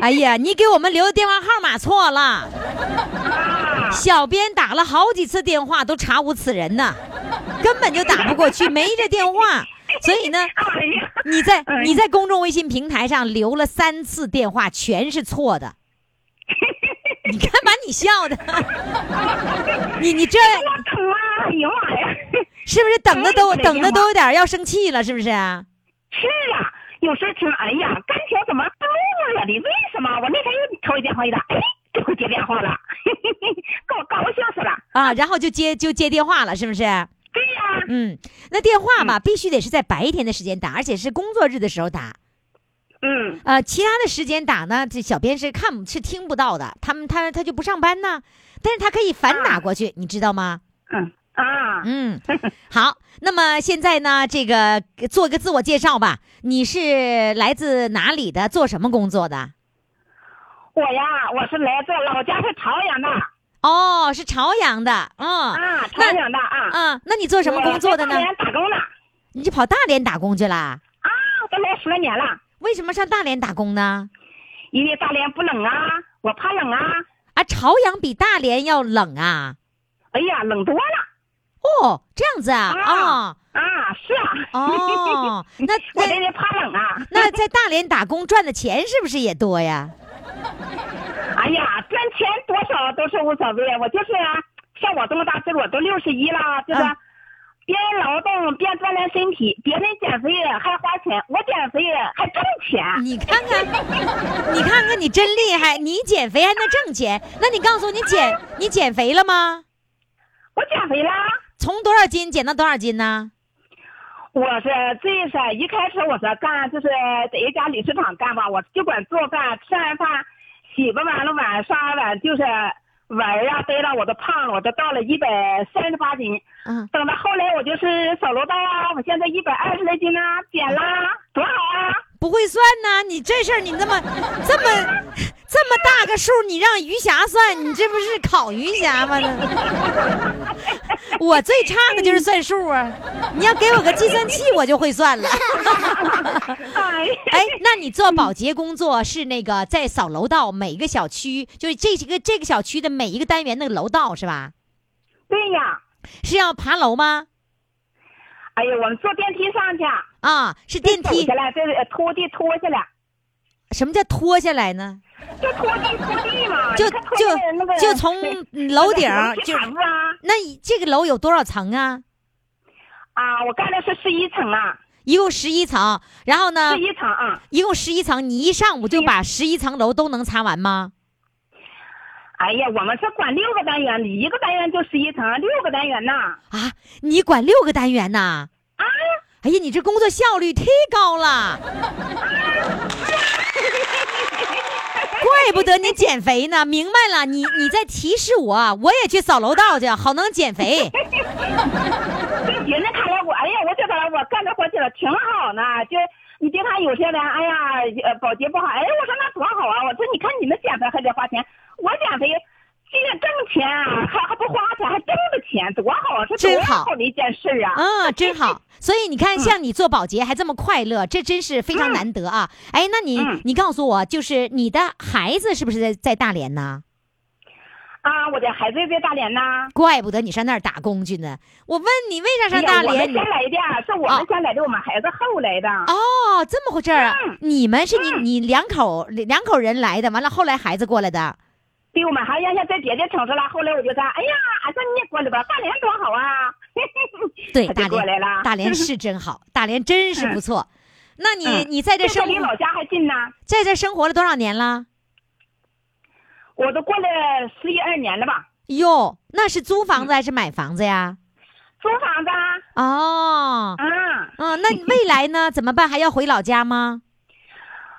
Speaker 1: 哎呀，你给我们留的电话号码错了，
Speaker 2: 啊
Speaker 1: 小编打了好几次电话都查无此人呢，根本就打不过去，没这电话。所以呢，
Speaker 2: 哎呀，
Speaker 1: 你在
Speaker 2: 哎
Speaker 1: 你在公众微信平台上留了三次电话，全是错的。你看把你笑的， 你你这
Speaker 2: 我疼啊！哎呀妈呀！
Speaker 1: 是不是等的都
Speaker 2: 哎呀
Speaker 1: 等的都有点要生气了？是不是？
Speaker 2: 是啊，有时候听，哎呀，感情怎么这么的？为什么？我那天又头一电话一打，哎，这回接电话了， 给我高兴死了。
Speaker 1: 啊，然后就接就接电话了，是不是？
Speaker 2: 对呀、
Speaker 1: 嗯，那电话吧，必须得是在白天的时间打，而且是工作日的时候打。
Speaker 2: 嗯，
Speaker 1: 呃，其他的时间打呢，这小编是看不是听不到的，他们他他就不上班呢，但是他可以反
Speaker 2: 啊
Speaker 1: 打过去，你知道吗？
Speaker 2: 嗯啊，
Speaker 1: 嗯，好，那么现在呢，这个呃做个自我介绍吧，你是来自哪里的，做什么工作的？
Speaker 2: 我呀，我是来自老家是朝阳的
Speaker 1: 哦，是朝阳的，嗯，
Speaker 2: 啊，朝
Speaker 1: 那
Speaker 2: 阳的啊。
Speaker 1: 啊，那你做什么工作的呢
Speaker 2: 我在？大连打工呢，
Speaker 1: 你就跑大连打工去啦？
Speaker 2: 啊，我来十来年了，
Speaker 1: 为什么上大连打工呢？
Speaker 2: 因为大连不冷啊，我怕冷啊。
Speaker 1: 啊，朝阳比大连要冷啊？
Speaker 2: 哎呀，冷多了
Speaker 1: 哦，这样子啊？
Speaker 2: 啊
Speaker 1: 哦
Speaker 2: 啊，是啊。
Speaker 1: 哦，那
Speaker 2: 我
Speaker 1: 那
Speaker 2: 这人怕冷啊。
Speaker 1: 那在大连打工赚的钱是不是也多呀？
Speaker 2: 哎呀，赚钱多少都是无所谓，我就是啊像我这么大岁数，我都六十一了，就是
Speaker 1: 嗯
Speaker 2: 边劳动边锻炼身体，别人减肥还花钱，我减肥还挣钱。
Speaker 1: 你看看，你看看，你真厉害！你减肥还能挣钱？那你告诉我你减你减肥了吗？
Speaker 2: 我减肥啦，
Speaker 1: 从多少斤减到多少斤呢？
Speaker 2: 我是最是一开始我是干就是在一家理事厂干吧，我就管做饭，吃完饭，洗吧完了碗，刷完碗就是碗儿啊堆了，我都胖了，我都到了一百三十八斤。
Speaker 1: 嗯，
Speaker 2: 等到后来我就是手楼道啊，我现在一百二十来斤啦、 减啦，多好啊！
Speaker 1: 不会算呐！你这事儿你那么这么这这么大个数，你让鱼霞算，你这不是烤鱼霞吗？ 我最差的就是算数啊！你要给我个计算器，我就会算了。
Speaker 7: 哎呀，
Speaker 1: 哎，那你做保洁工作是那个在扫楼道，每一个小区，就是这几个这个小区的每一个单元那个楼道是吧？
Speaker 7: 对呀，
Speaker 1: 是要爬楼吗？
Speaker 7: 哎呀，我们坐电梯上去，
Speaker 1: 啊，是电
Speaker 7: 走
Speaker 1: 梯
Speaker 7: 下？来，这呃拖地拖下来，
Speaker 1: 什么叫拖下来呢？
Speaker 7: 就拖地拖地嘛，
Speaker 1: 就
Speaker 7: 你看拖地
Speaker 1: 就
Speaker 7: 那个
Speaker 1: 就从
Speaker 7: 那
Speaker 1: 楼顶
Speaker 7: 那
Speaker 1: 儿
Speaker 7: 个楼梯
Speaker 1: 就
Speaker 7: 坎子啊
Speaker 1: 那你这个楼有多少层啊？
Speaker 7: 啊，我干的是十一层啊，
Speaker 1: 一共十一层，然后呢
Speaker 7: 十，一层啊
Speaker 1: 一共十一层，你一上午就把十一层楼都能擦完吗？
Speaker 7: 哎呀，我们是管六个单元，一个单元就十一层，啊六个单元呐。
Speaker 1: 啊，你管六个单元呐？
Speaker 7: 啊，
Speaker 1: 哎呀，你这工作效率忒高了，怪不得你减肥呢。明白了，你你在提示我，我也去扫楼道去，好能减肥。
Speaker 7: 对别人看来我，哎呀，我觉得我干这活去了挺好呢。就你别看有些人，哎呀，呃，保洁不好，哎，我说那多好啊！我说你看你们减肥还得花钱，我减肥。既挣钱啊还还不花钱，还挣的钱，多好啊！是
Speaker 1: 真
Speaker 7: 多
Speaker 1: 好
Speaker 7: 好的一件事啊！嗯
Speaker 1: 啊，真 好。所以你看，像你做保洁还这么快乐，这真是非常难得啊！哎，那你、
Speaker 7: 嗯
Speaker 1: 你告诉我，就是你的孩子是不是在在大连呢？
Speaker 7: 啊，我的孩子在大连呢。
Speaker 1: 怪不得你上那儿打工去呢。我问你为啥
Speaker 7: 哎
Speaker 1: 上
Speaker 7: 呀
Speaker 1: 大
Speaker 7: 我
Speaker 1: 连？
Speaker 7: 们
Speaker 1: 你
Speaker 7: 先来的，是我
Speaker 1: 啊
Speaker 7: 们先来的，我们孩子后来的。
Speaker 1: 哦，这么回事儿啊？
Speaker 7: 嗯
Speaker 1: 你们是你、
Speaker 7: 嗯
Speaker 1: 你两口两口人来的，完了后来孩子过来的。
Speaker 7: 对，我们还原先在别的城市了，后来我就说，哎呀，俺说你也过来吧，大连多好啊！
Speaker 1: 对，
Speaker 7: 他就
Speaker 1: 大
Speaker 7: 过来
Speaker 1: 连
Speaker 7: 了
Speaker 1: 大连是真 好，大连真是不错。那你、
Speaker 7: 嗯
Speaker 1: 你在这
Speaker 7: 这
Speaker 1: 生
Speaker 7: 离老家还近呢，
Speaker 1: 在这生活了多少年了？
Speaker 7: 我都过来十一二年了吧，
Speaker 1: 哟，那是租房子
Speaker 7: 嗯
Speaker 1: 还是买房子呀？
Speaker 7: 租房子啊，
Speaker 1: 哦，
Speaker 7: 嗯，
Speaker 1: 嗯，那你未来呢？怎么办？还要回老家吗？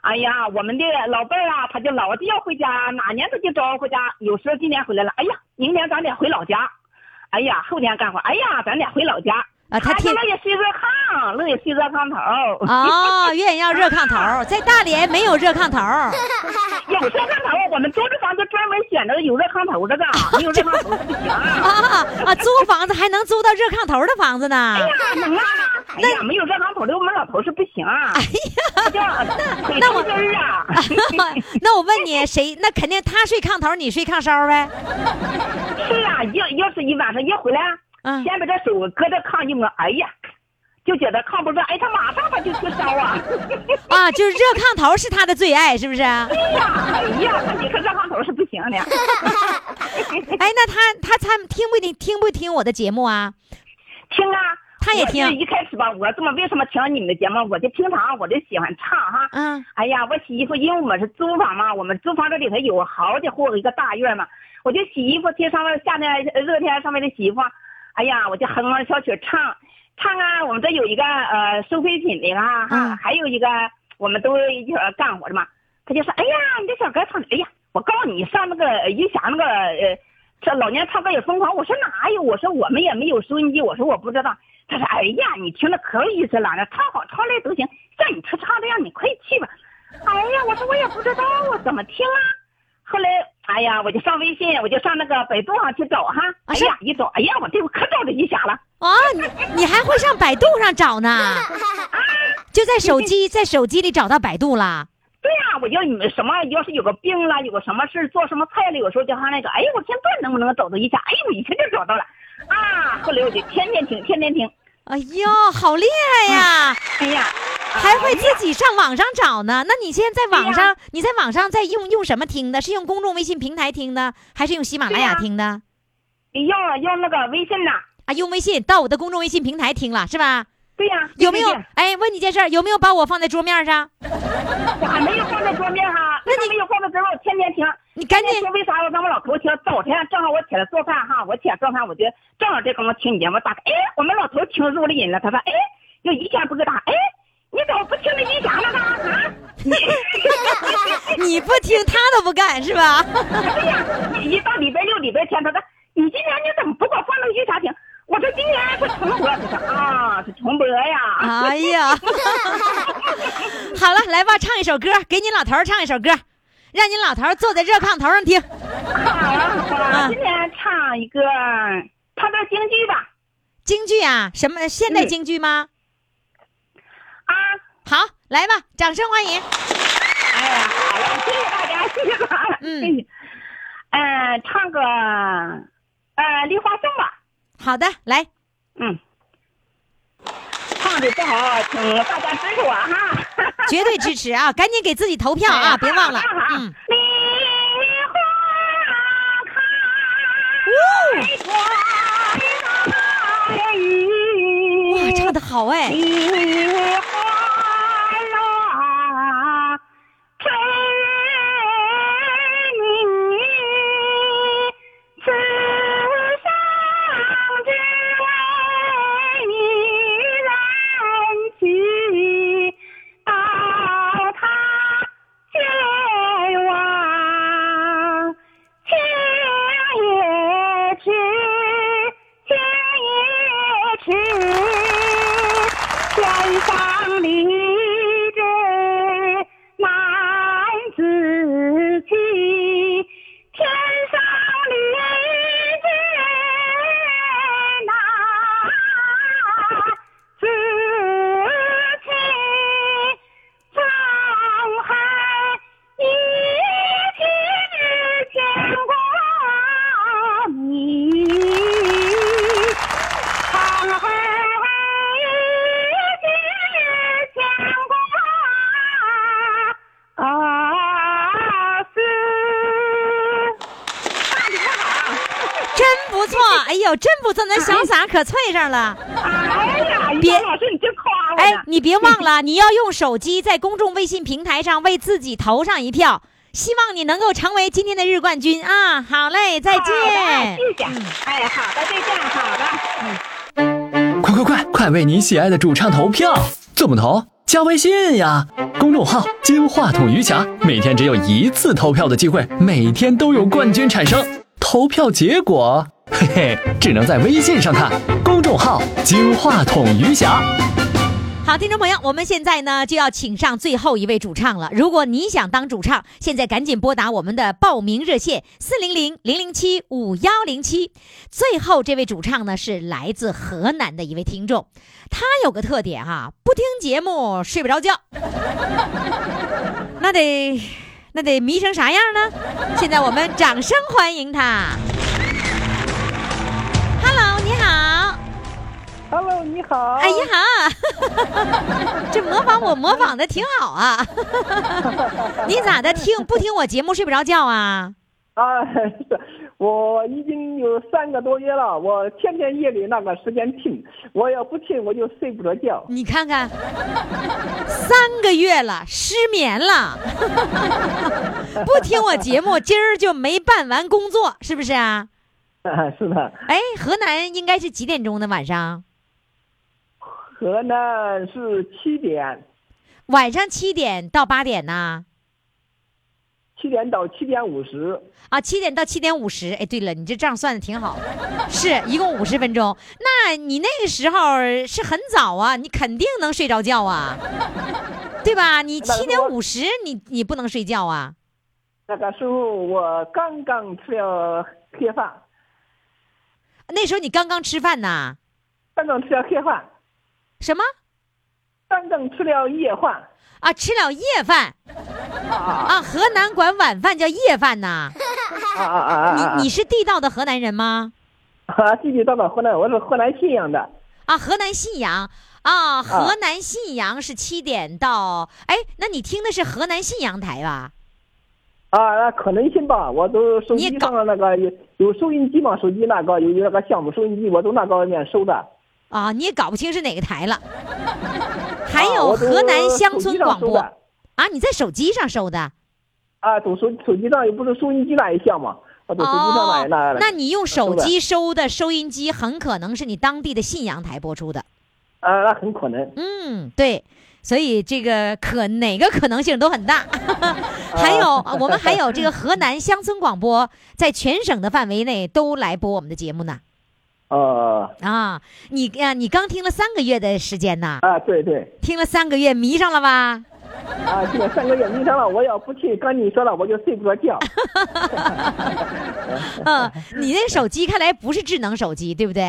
Speaker 7: 哎呀，我们的老伴儿啊，他就老是要回家，哪年他就招回家，有时候今年回来了，哎呀，明年咱俩回老家，哎呀，后年干活，哎呀，咱俩回老家。
Speaker 1: 啊他
Speaker 7: 就
Speaker 1: 天
Speaker 7: 乐意睡热炕，乐意睡热炕头儿。
Speaker 1: 哦，愿意要热炕头儿，在大连没有热炕头儿。 啊
Speaker 7: 有热炕头儿，我们租的房子专门选择有热炕头儿的，没有热炕头儿不行。
Speaker 1: 啊啊！租房子还能租到热炕头的房子呢？
Speaker 7: 能啊！哎呀，没有热炕头的我们老头是不行啊！哎呀，腿抽筋儿 啊！
Speaker 1: 那我问你，谁？那肯定他睡炕头，你睡炕梢呗。
Speaker 7: 是啊，要要是一晚上一回来，
Speaker 1: 嗯
Speaker 7: 先把这手搁这炕一摸，哎呀，就觉得炕不热，哎，他马上他就出烧 啊！
Speaker 1: 啊，就是热炕头是他的最爱，是不是？哎，
Speaker 7: 哎呀，哎呀，他你说热炕头是不行的。
Speaker 1: 那他他他听不听听不听我的节目啊？
Speaker 7: 听啊，
Speaker 1: 他也听
Speaker 7: 我是一开始吧，我这么为什么听你们的节目？我就平常我就喜欢唱哈。
Speaker 1: 嗯。
Speaker 7: 哎呀，我洗衣服，因为我们是租房嘛，我们租房这里头有好几户一个大院嘛，我就洗衣服，贴上面夏天呃热天上面的洗衣服，哎呀，我就哼哼小曲唱，唱啊，我们这有一个呃收废品的啊，哈、
Speaker 1: 嗯
Speaker 7: 还有一个我们都一起儿干活的嘛，他就说，哎呀，你这小歌唱的，哎呀，我告诉你，上那个余霞那个呃，这老年唱歌也疯狂。我说哪有？我说我们也没有收音机，我说我不知道。他说哎呀，你听着可有意思了，那唱好唱来都行，像你这唱这样，你快去吧。哎呀，我说我也不知道我怎么听啊。后来，哎呀，我就上微信，我就上那个百度上去找哈。
Speaker 1: 啊
Speaker 7: 哎
Speaker 1: 是
Speaker 7: 呀，一找，哎呀，我这回可找着余霞了。
Speaker 1: 啊，你你还会上百度上找呢？就在手机在手机里找到百度啦？
Speaker 7: 对呀、我就你们什么，要是有个病了，有个什么事做什么菜了，有时候就上那个，哎，我天，这能不能找到一下？哎，我一天就找到了，啊！后来我就天天听，天天听，
Speaker 1: 哎呦，好厉害呀！
Speaker 7: 哎呀，
Speaker 1: 还会自己上网上找呢？那你现在在网上，你在网上在用用什么听的？是用公众微信平台听的，还是用喜马拉雅
Speaker 7: 对呀
Speaker 1: 听的？
Speaker 7: 要要那个微信呐，
Speaker 1: 啊，用微信到我的公众微信平台听了是吧？
Speaker 7: 对呀、
Speaker 1: 有没有
Speaker 7: 对对？
Speaker 1: 哎，问你件事儿，有没有把我放在桌面上？
Speaker 7: 对我还没有放在桌面哈，
Speaker 1: 那
Speaker 7: 那
Speaker 1: 你
Speaker 7: 没有放在桌面，我天天听。
Speaker 1: 你赶
Speaker 7: 天
Speaker 1: 紧
Speaker 7: 天 听为啥我让我老头听？早晨正好我起来做饭哈，我起来做饭，我就正好这功夫听你节目，打开，哎，我们老头听入了瘾了，他说，哎，就一天不给打，哎，你怎么不听那音响了呢？啊？
Speaker 1: 你不听他都不干是吧？
Speaker 7: 对呀，一到礼拜六、礼拜天，他说你今年你怎么不给我放那个御茶亭？我说今年是重播，他说啊是重播呀。
Speaker 1: 哎 呀，好了，来吧，唱一首歌，给你老头儿唱一首歌，让你老头儿坐在热炕头上听。
Speaker 2: 好了好
Speaker 1: 啊
Speaker 2: 了，今天唱一个唱段京剧吧。
Speaker 1: 京剧啊，什么现代
Speaker 2: 嗯
Speaker 1: 京剧吗？
Speaker 2: 啊，
Speaker 1: 好，来吧，掌声欢迎。
Speaker 2: 哎呀，好了，谢谢大家，谢谢大家，
Speaker 1: 嗯
Speaker 2: 谢谢。呃，唱个呃梨花颂吧。
Speaker 1: 好的，来，
Speaker 2: 嗯，唱的不好，请大家支持我哈。
Speaker 1: 绝对支持啊！赶紧给自己投票
Speaker 2: 哎
Speaker 1: 啊，别忘了。嗯，
Speaker 2: 梨花开在哪里
Speaker 1: 哇，唱的好哎，
Speaker 2: 梨花落，知你此生只为一人去，到他前往。情也痴，情也痴，天上离枝难自弃，天上离枝难自弃，沧海一日千古迷，沧海一日千古思。
Speaker 1: 真不错，哎呦，真不错，咱小嗓可脆上了。
Speaker 2: 哎呀，于
Speaker 1: 别
Speaker 2: 老师，你真夸我呢！
Speaker 1: 哎，你别忘了， 你要用手机在公众微信平台上为自己投上一票。希望你能够成为今天的日冠军啊！好嘞，再
Speaker 2: 好的
Speaker 1: 见。
Speaker 2: 谢谢。哎，好的，再见，好的。
Speaker 3: 快快快，快为你喜爱的主唱投票！怎么投？加微信呀，公众号“金话筒余霞”，每天只有一次投票的机会，每天都有冠军产生。投票结果，嘿嘿，只能在微信上看。公众号“金话筒余霞”。
Speaker 1: 好，听众朋友，我们现在呢就要请上最后一位主唱了。如果你想当主唱，现在赶紧拨打我们的报名热线四零零零零七五幺零七。最后这位主唱呢是来自河南的一位听众，他有个特点哈、啊不听节目睡不着觉， 那得那得迷成啥样呢？现在我们掌声欢迎他。Hello，你好。
Speaker 7: Hello，你好。
Speaker 1: 哎呀， 这模仿我模仿的挺好啊！你咋的听不听我节目睡不着觉啊？
Speaker 7: 啊，是我已经有三个多月了，我天天夜里那个时间听，我要不听我就睡不着觉。
Speaker 1: 你看看，三个月了，失眠了，不听我节目，今儿就没办完工作，是不是啊？
Speaker 7: 是的，
Speaker 1: 哎，河南应该是几点钟的晚上？
Speaker 7: 河南是七点，
Speaker 1: 晚上七点到八点呐、
Speaker 7: 七点到七点五十。
Speaker 1: 啊，七点到七点五十。哎，对了，你这账算的挺好，是一共五十分钟。那你那个时候是很早啊，你肯定能睡着觉啊，对吧？你
Speaker 7: 那
Speaker 1: 七点
Speaker 7: 我
Speaker 1: 五十，你你不能睡觉啊？
Speaker 7: 那个时候我刚刚吃了黑饭，
Speaker 1: 那时候你刚刚吃饭呐？
Speaker 7: 刚刚吃了黑饭，
Speaker 1: 什么
Speaker 7: 刚刚吃了夜饭。
Speaker 1: 啊？吃了夜饭啊？河南管晚饭叫夜饭呐？
Speaker 7: 啊啊啊啊啊！
Speaker 1: 你你是地道的河南人吗？
Speaker 7: 啊，地地道道河南，我是河南信阳的。
Speaker 1: 啊，河南信阳啊，河南信阳是七点到，哎，那你听的是河南信阳台吧？
Speaker 7: 啊，那可能性吧，我都手
Speaker 1: 你
Speaker 7: 机
Speaker 1: 搞
Speaker 7: 上的那个有有收音机嘛，手机那个有有那个项目收音机，我从那个里面收的。
Speaker 1: 啊，你也搞不清是哪个台了。还
Speaker 7: 啊
Speaker 1: 有
Speaker 7: 我从
Speaker 1: 哎河南乡
Speaker 7: 手
Speaker 1: 村
Speaker 7: 机上
Speaker 1: 广
Speaker 7: 收
Speaker 1: 播
Speaker 7: 的
Speaker 1: 啊，你在手机上收的
Speaker 7: 啊，从手手机上又不是收音机那一项嘛，我从手机上那、那
Speaker 1: 哦那你用手
Speaker 7: 收的
Speaker 1: 机收的收音机，很可能是你当地的信阳台播出的。
Speaker 7: 啊，那很可能。
Speaker 1: 嗯，对，所以这个可哪个可能性都很大。 还有，啊我们还有这个河南乡村广播，在全省的范围内都来播我们的节目呢。
Speaker 7: 呃
Speaker 1: 啊，你啊，你刚听了三个月的时间呐，
Speaker 7: 啊，对对
Speaker 1: 听了三个月迷上了吧？
Speaker 7: 啊，这个三哥也迷上了，我要不去跟你说了，我就睡不着 觉。
Speaker 1: 嗯，你那手机看来不是智能手机，对不对？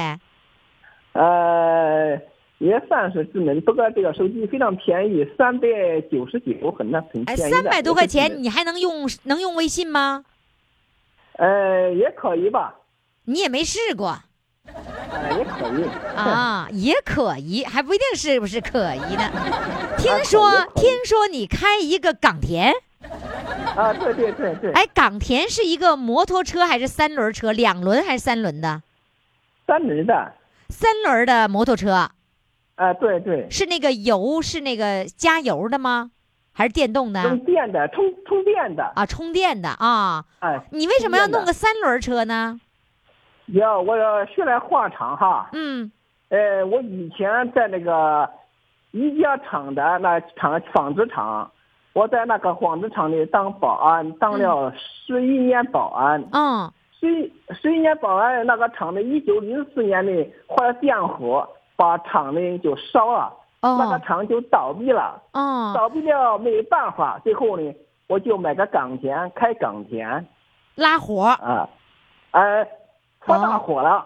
Speaker 7: 呃，也算是智能，不过这个手机非常便宜，三百九十九，很那很
Speaker 1: 哎，
Speaker 7: 便宜的
Speaker 1: 三百多块
Speaker 7: 不是
Speaker 1: 钱
Speaker 7: 智能
Speaker 1: 你还能用能用微信吗？
Speaker 7: 呃，也可以吧，
Speaker 1: 你也没试过
Speaker 7: 呃，也可以。
Speaker 1: 啊，也可疑，还不一定是不是可疑呢。
Speaker 7: 啊
Speaker 1: 听说
Speaker 7: 可疑可疑
Speaker 1: 听说你开一个港田，
Speaker 7: 啊，对对对对，
Speaker 1: 哎，港田是一个摩托车还是三轮车？两轮还是三轮的？
Speaker 7: 三轮的，
Speaker 1: 三轮的摩托车
Speaker 7: 啊，对对，
Speaker 1: 是那个油是那个加油的吗？还是电动的
Speaker 7: 充电的，充充电的，
Speaker 1: 啊？充电的啊？
Speaker 7: 哎，
Speaker 1: 你为什么要弄
Speaker 7: 充
Speaker 1: 个三轮车呢？
Speaker 7: 电的？要我学来话长哈，
Speaker 1: 嗯
Speaker 7: 呃，我以前在那个宜家厂的那厂纺织厂，我在那个纺织厂里当保安，当了十一年保安。
Speaker 1: 嗯，
Speaker 7: 十十一年保安那个厂的，一九零四年内发生电火，把厂呢就烧了，那个
Speaker 1: 哦
Speaker 7: 厂就倒闭了。
Speaker 1: 哦，
Speaker 7: 倒闭了没办法，最后呢，我就买个港田，开港田
Speaker 1: 拉活儿
Speaker 7: 啊，呃，发
Speaker 1: 哦
Speaker 7: 大火了。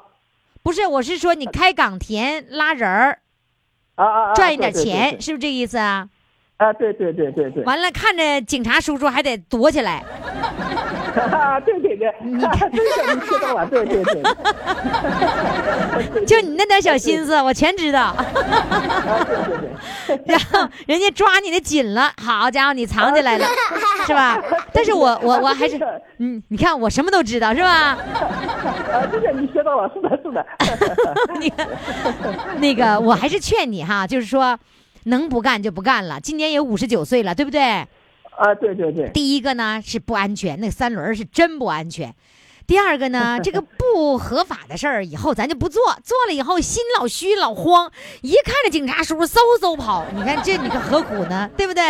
Speaker 1: 不是，我是说你开港田拉人儿
Speaker 7: 啊啊啊！
Speaker 1: 赚一点
Speaker 7: 对对对
Speaker 1: 钱，
Speaker 7: 对
Speaker 1: 是不是这意思啊？
Speaker 7: 啊，对对对对对，
Speaker 1: 完了，看着警察叔叔还得躲起来，
Speaker 7: 啊， 对对对，啊真的你说到了，对对对，
Speaker 1: 就你那点小心思，我全知 道。
Speaker 7: 啊，对对对，
Speaker 1: 然后人家抓你的紧了，好家伙，你藏起来 了，是吧？但是我我我还是
Speaker 7: 真的，
Speaker 1: 嗯，你看我什么都知道，是吧？
Speaker 7: 啊，真的你说到了，是的，是的，
Speaker 1: 那个那个，我还是劝你哈，就是说，能不干就不干了。今年也五十九岁了，对不对？
Speaker 7: 啊，对对对，
Speaker 1: 第一个呢是不安全，那个三轮儿是真不安全。第二个呢，这个不合法的事儿以后咱就不做，做了以后心老虚老慌，一看着警察叔叔嗖嗖跑，你看这你可何苦呢？对不对？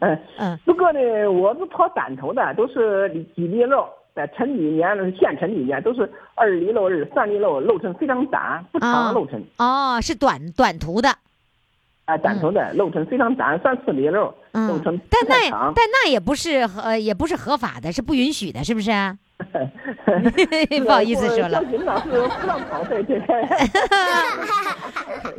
Speaker 7: 嗯
Speaker 1: 嗯，
Speaker 7: 不过呢，我是跑短途的，都是几里路，在城里面、县城里面都是二里路、二三里路，路程非常短，不
Speaker 1: 啊
Speaker 7: 长路程，
Speaker 1: 哦，是短短途的，
Speaker 7: 啊，短途的路程非常短，三四里路，路
Speaker 1: 嗯
Speaker 7: 程，
Speaker 1: 但
Speaker 7: 不太
Speaker 1: 那
Speaker 7: 长
Speaker 1: 但。那也不是合、呃也不是合法的，是不允许的，是不是啊？ 不好意思说了
Speaker 7: 交。警老师不让跑，对对对。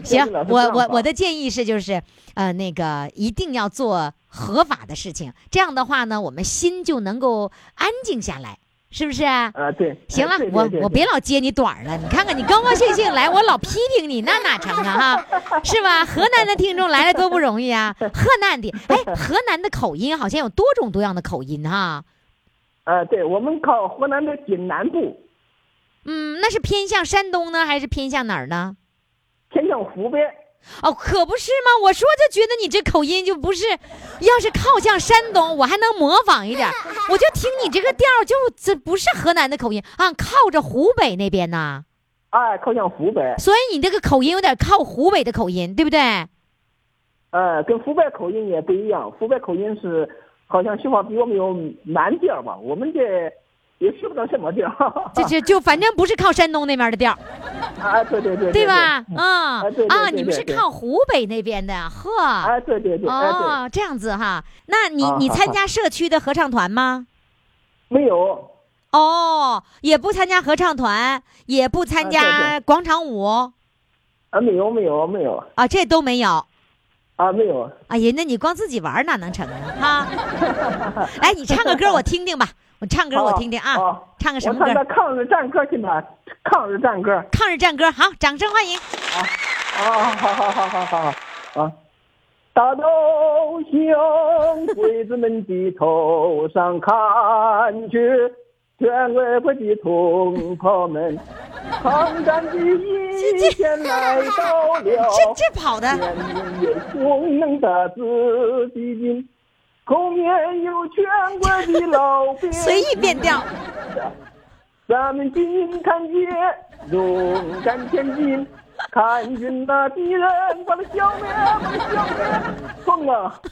Speaker 1: 行
Speaker 7: 对老，师
Speaker 1: 我
Speaker 7: 这样
Speaker 1: 我
Speaker 7: 吧
Speaker 1: 我的建议是，就是呃，那个一定要做合法的事情，这样的话呢，我们心就能够安静下来，是不是啊？
Speaker 7: 啊，对。
Speaker 1: 行了
Speaker 7: 对，对
Speaker 1: 我
Speaker 7: 对
Speaker 1: 我
Speaker 7: 对
Speaker 1: 别老揭你短儿了。你看看你高高兴兴来，我老批评你，那哪成啊哈？是吧？河南的听众来了多不容易啊！河南的，哎，河南的口音好像有多种多样的口音哈。
Speaker 7: 呃，对，我们靠河南的锦南部，
Speaker 1: 嗯，那是偏向山东呢，还是偏向哪儿呢？
Speaker 7: 偏向湖北。
Speaker 1: 哦，可不是吗？我说就觉得你这口音就不是，要是靠向山东，我还能模仿一 点儿。我就听你这个调儿，就这不是河南的口音啊，靠着湖北那边呐。
Speaker 7: 啊，靠向湖北，
Speaker 1: 所以你这个口音有点靠湖北的口音，对不对？
Speaker 7: 呃，跟湖北口音也不一样。湖北口音是好像说话比我们有南调吧，我们这也说不到什么调。
Speaker 1: 这这就反正不是靠山东那边的调儿，
Speaker 7: 啊，对对对，
Speaker 1: 对？吧？啊
Speaker 7: 对对
Speaker 1: 啊，
Speaker 7: 对
Speaker 1: 你们是
Speaker 7: 对
Speaker 1: 靠湖北那边的，呵，
Speaker 7: 啊，对对对，哎、对，
Speaker 1: 哦，这样子哈。那你
Speaker 7: 啊
Speaker 1: 你
Speaker 7: 好
Speaker 1: 参
Speaker 7: 好
Speaker 1: 加社区的合唱团吗？
Speaker 7: 没有，
Speaker 1: 哦，也不参加合唱团，也不参
Speaker 7: 啊对
Speaker 1: 加广场舞。
Speaker 7: 啊，没有，没有，没有，
Speaker 1: 啊，这都没有。
Speaker 7: 啊，没有，
Speaker 1: 哎呀，那你光自己玩儿哪能成啊？ 哈，来，你唱个歌我听听吧，我唱歌我听听啊，
Speaker 7: 哦
Speaker 1: 唱个什
Speaker 7: 我
Speaker 1: 么
Speaker 7: 唱
Speaker 1: 歌
Speaker 7: 的？抗日战歌去吧，抗日战歌。
Speaker 1: 抗日战歌，好，掌声欢迎。
Speaker 7: 啊，好好好好好好啊！大头兄，鬼子们的头上看去，全外国的同胞们，抗战的一天来到了，
Speaker 1: 这这跑的，
Speaker 7: 人民有功能的子弟兵，后面有全国的老兵。
Speaker 1: 随意变调。
Speaker 7: 咱们金看街，勇敢前进，看见那敌人，把他消灭，把他消灭，疯了！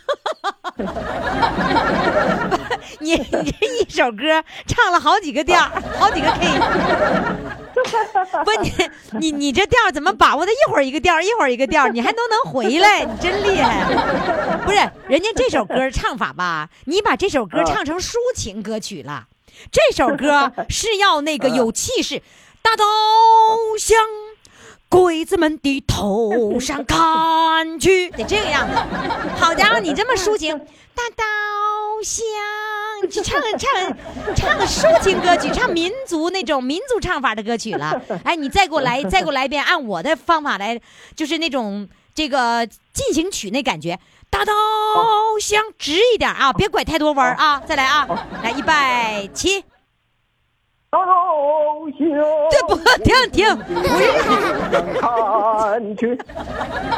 Speaker 1: 你你这一首歌唱了好几个调儿，好几个 K。不，你你你这调儿怎么把握的？一会儿一个调儿，一会儿一个调儿，你还都能回来，你真厉害。不是，人家这首歌儿唱法吧，你把这首歌儿唱成抒情歌曲了。这首歌儿是要那个有气势，大刀向鬼子们的头上砍去， 得这个样子。好家伙，你这么抒情，大刀向。你去唱个唱唱个抒情歌曲，唱民族那种民族唱法的歌曲 了。哎，你再给我来，再给我来一遍，按我的方法来，就是那种这个进行曲那感觉。大刀向直一点啊，别拐太多弯儿啊！再来啊，来一百七，
Speaker 7: 刀向
Speaker 1: 对不？停停，不是
Speaker 7: 看去，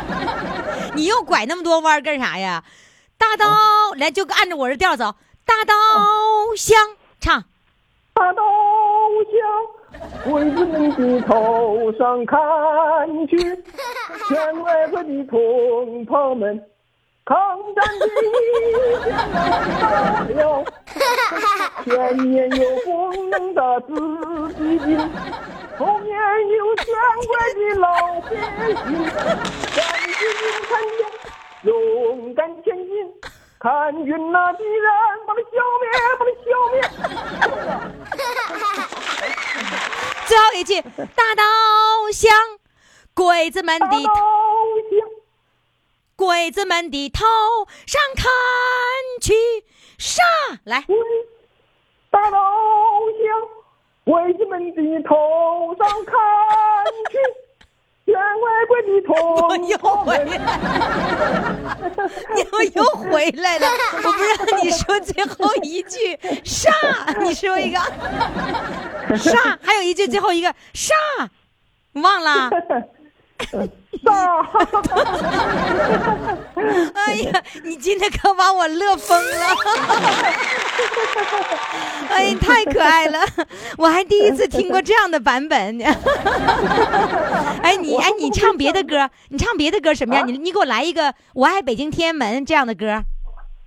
Speaker 1: 你又拐那么多弯儿干啥呀？大刀
Speaker 7: 哦
Speaker 1: 来就按照我这调走，大刀向唱。
Speaker 7: 大刀向鬼子们的头上砍去，全外国的同胞们，抗战的将来到了，前面有光能的子弟兵，后面有全国的老百姓，战士们看见，勇敢前进。看云那敌人，把他消灭，把他消灭！
Speaker 1: 最后一句，大刀向鬼子们
Speaker 7: 大刀
Speaker 1: 的
Speaker 7: 向
Speaker 1: 鬼子们的头上砍去，杀来！
Speaker 7: 滚！大刀向鬼子们的头上砍去，全外国的
Speaker 1: 我又
Speaker 7: 同胞
Speaker 1: 回
Speaker 7: 们，
Speaker 1: 来了， 你怎么又回来了？我不让你说最后一句“杀”，你说一个 “杀”，还有一句最后一个“杀”，忘了。
Speaker 7: 上
Speaker 1: 哎呀，你今天可把我乐疯了！哎呀，太可爱了，我还第一次听过这样的版本。哎，你哎，你唱别的歌，你唱别的歌什么样？你你给我来一个《我爱北京天安门》这样的歌。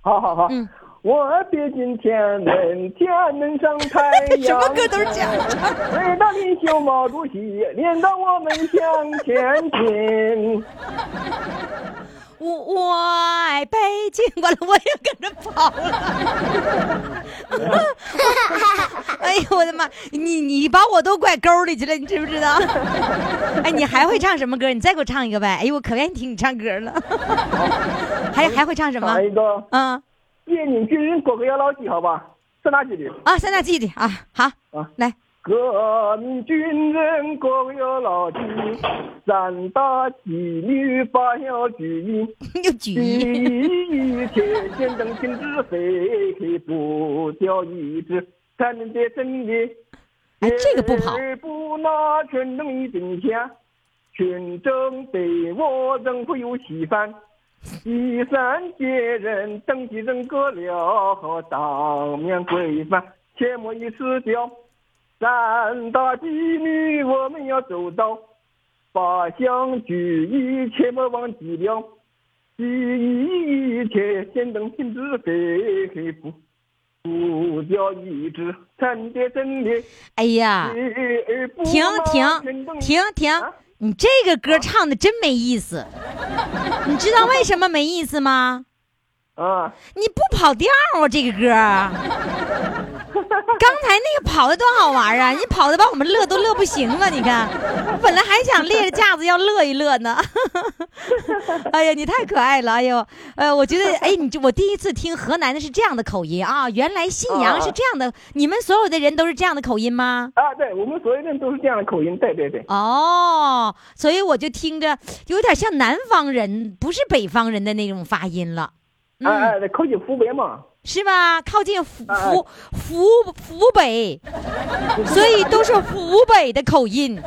Speaker 7: 好好好
Speaker 1: 嗯，
Speaker 7: 我别进天安门，天安门上太阳。
Speaker 1: 什么歌都是这样
Speaker 7: 伟大领袖毛主席领导我们向前进。
Speaker 1: 我我爱北京，完了我也跟着跑了。哎呦我的妈！你你把我都拐沟里去了，你知不知道？哎，你还会唱什么歌？你再给我唱一个呗。哎呦，我可愿意听你唱歌了。还还会唱什么
Speaker 7: 唱？一个
Speaker 1: 嗯
Speaker 7: 夜拧巨人果壳摇老几，好吧？是哪几句？
Speaker 1: 啊，三大记的啊，好
Speaker 7: 啊，
Speaker 1: 来，
Speaker 7: 革命军人各有老弟，三大纪律八条举一，
Speaker 1: 又举
Speaker 7: 第
Speaker 1: 一。
Speaker 7: 一，铁线等停止飞，黑不掉一只，才能得胜利。
Speaker 1: 哎，这个不跑。
Speaker 7: 而不拿群众一真钱，群众对我政府有喜欢。第三届人登记人格了，当面规范，切莫一失掉。三大纪律我们要走到，八项举一切莫忘记了。第一切先等品质飞，不不掉一只参见真理。
Speaker 1: 哎呀，
Speaker 7: 呃
Speaker 1: 停
Speaker 7: 停
Speaker 1: 停停停
Speaker 7: 啊！
Speaker 1: 你这个歌唱的真没意思，你知道为什么没意思吗？
Speaker 7: 啊！
Speaker 1: 你不跑调啊，这个歌儿。刚才那个跑的多好玩啊！你跑的把我们乐都乐不行了，你看，我本来还想列着架子要乐一乐呢。 哎呀，你太可爱了！哎呦，呃，我觉得，哎，你这我第一次听河南的是这样的口音啊，原来信阳是这样的，你们所有的人都是这样的口音吗？
Speaker 7: 啊，对，我们所有人都是这样的口音，对对对，
Speaker 1: 哦，所以我就听着有点像南方人，不是北方人的那种发音了。嗯。
Speaker 7: 哎哎，对口音湖北嘛，
Speaker 1: 是吧？靠近福
Speaker 7: 哎
Speaker 1: 福福福北， 所以都是湖北的口音。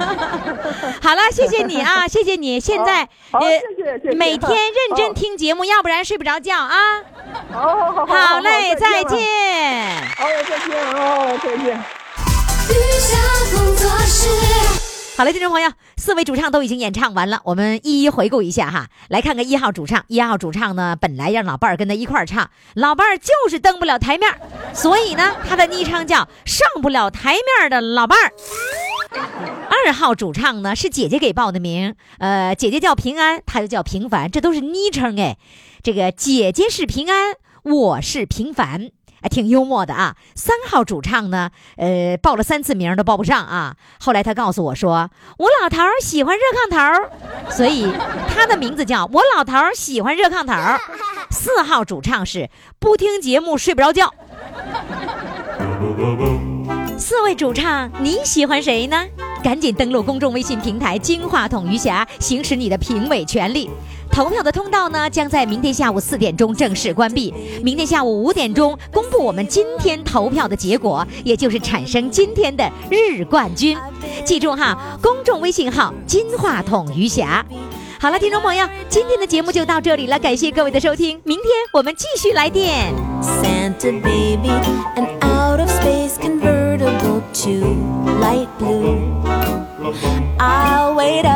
Speaker 1: 好了，谢谢你啊，谢谢你。现在呃
Speaker 7: 好谢谢谢谢
Speaker 1: 每天认真
Speaker 7: 好
Speaker 1: 听节目，要不然睡不着觉啊。
Speaker 7: 好好好
Speaker 1: 好嘞，再
Speaker 7: 见了，
Speaker 1: 见。
Speaker 7: 好再见哦，再见。
Speaker 4: 余霞工作室。
Speaker 1: 好了，听众朋友，四位主唱都已经演唱完了，我们一一回顾一下哈。来看看一号主唱，一号主唱呢，本来让老伴儿跟他一块儿唱，老伴儿就是登不了台面儿，所以呢，他的昵称叫“上不了台面儿的老伴儿”。二号主唱呢是姐姐给报的名，呃，姐姐叫平安，他就叫平凡，这都是昵称哎。这个姐姐是平安，我是平凡，哎，挺幽默的啊。三号主唱呢，呃，报了三次名都报不上啊。后来他告诉我说，我老头儿喜欢热炕头儿，所以他的名字叫我老头儿喜欢热炕头儿。四号主唱是不听节目睡不着觉。四位主唱，你喜欢谁呢？赶紧登录公众微信平台“金话筒余霞”，行使你的评委权利。投票的通道呢，将在明天下午四点钟正式关闭。明天下午五点钟公布我们今天投票的结果，也就是产生今天的日冠军。记住哈，公众微信号“金话筒余霞”。好了，听众朋友，今天的节目就到这里了，感谢各位的收听，明天我们继续来电。
Speaker 4: Santa baby, an out of space convertible to light blue. I'll wait up.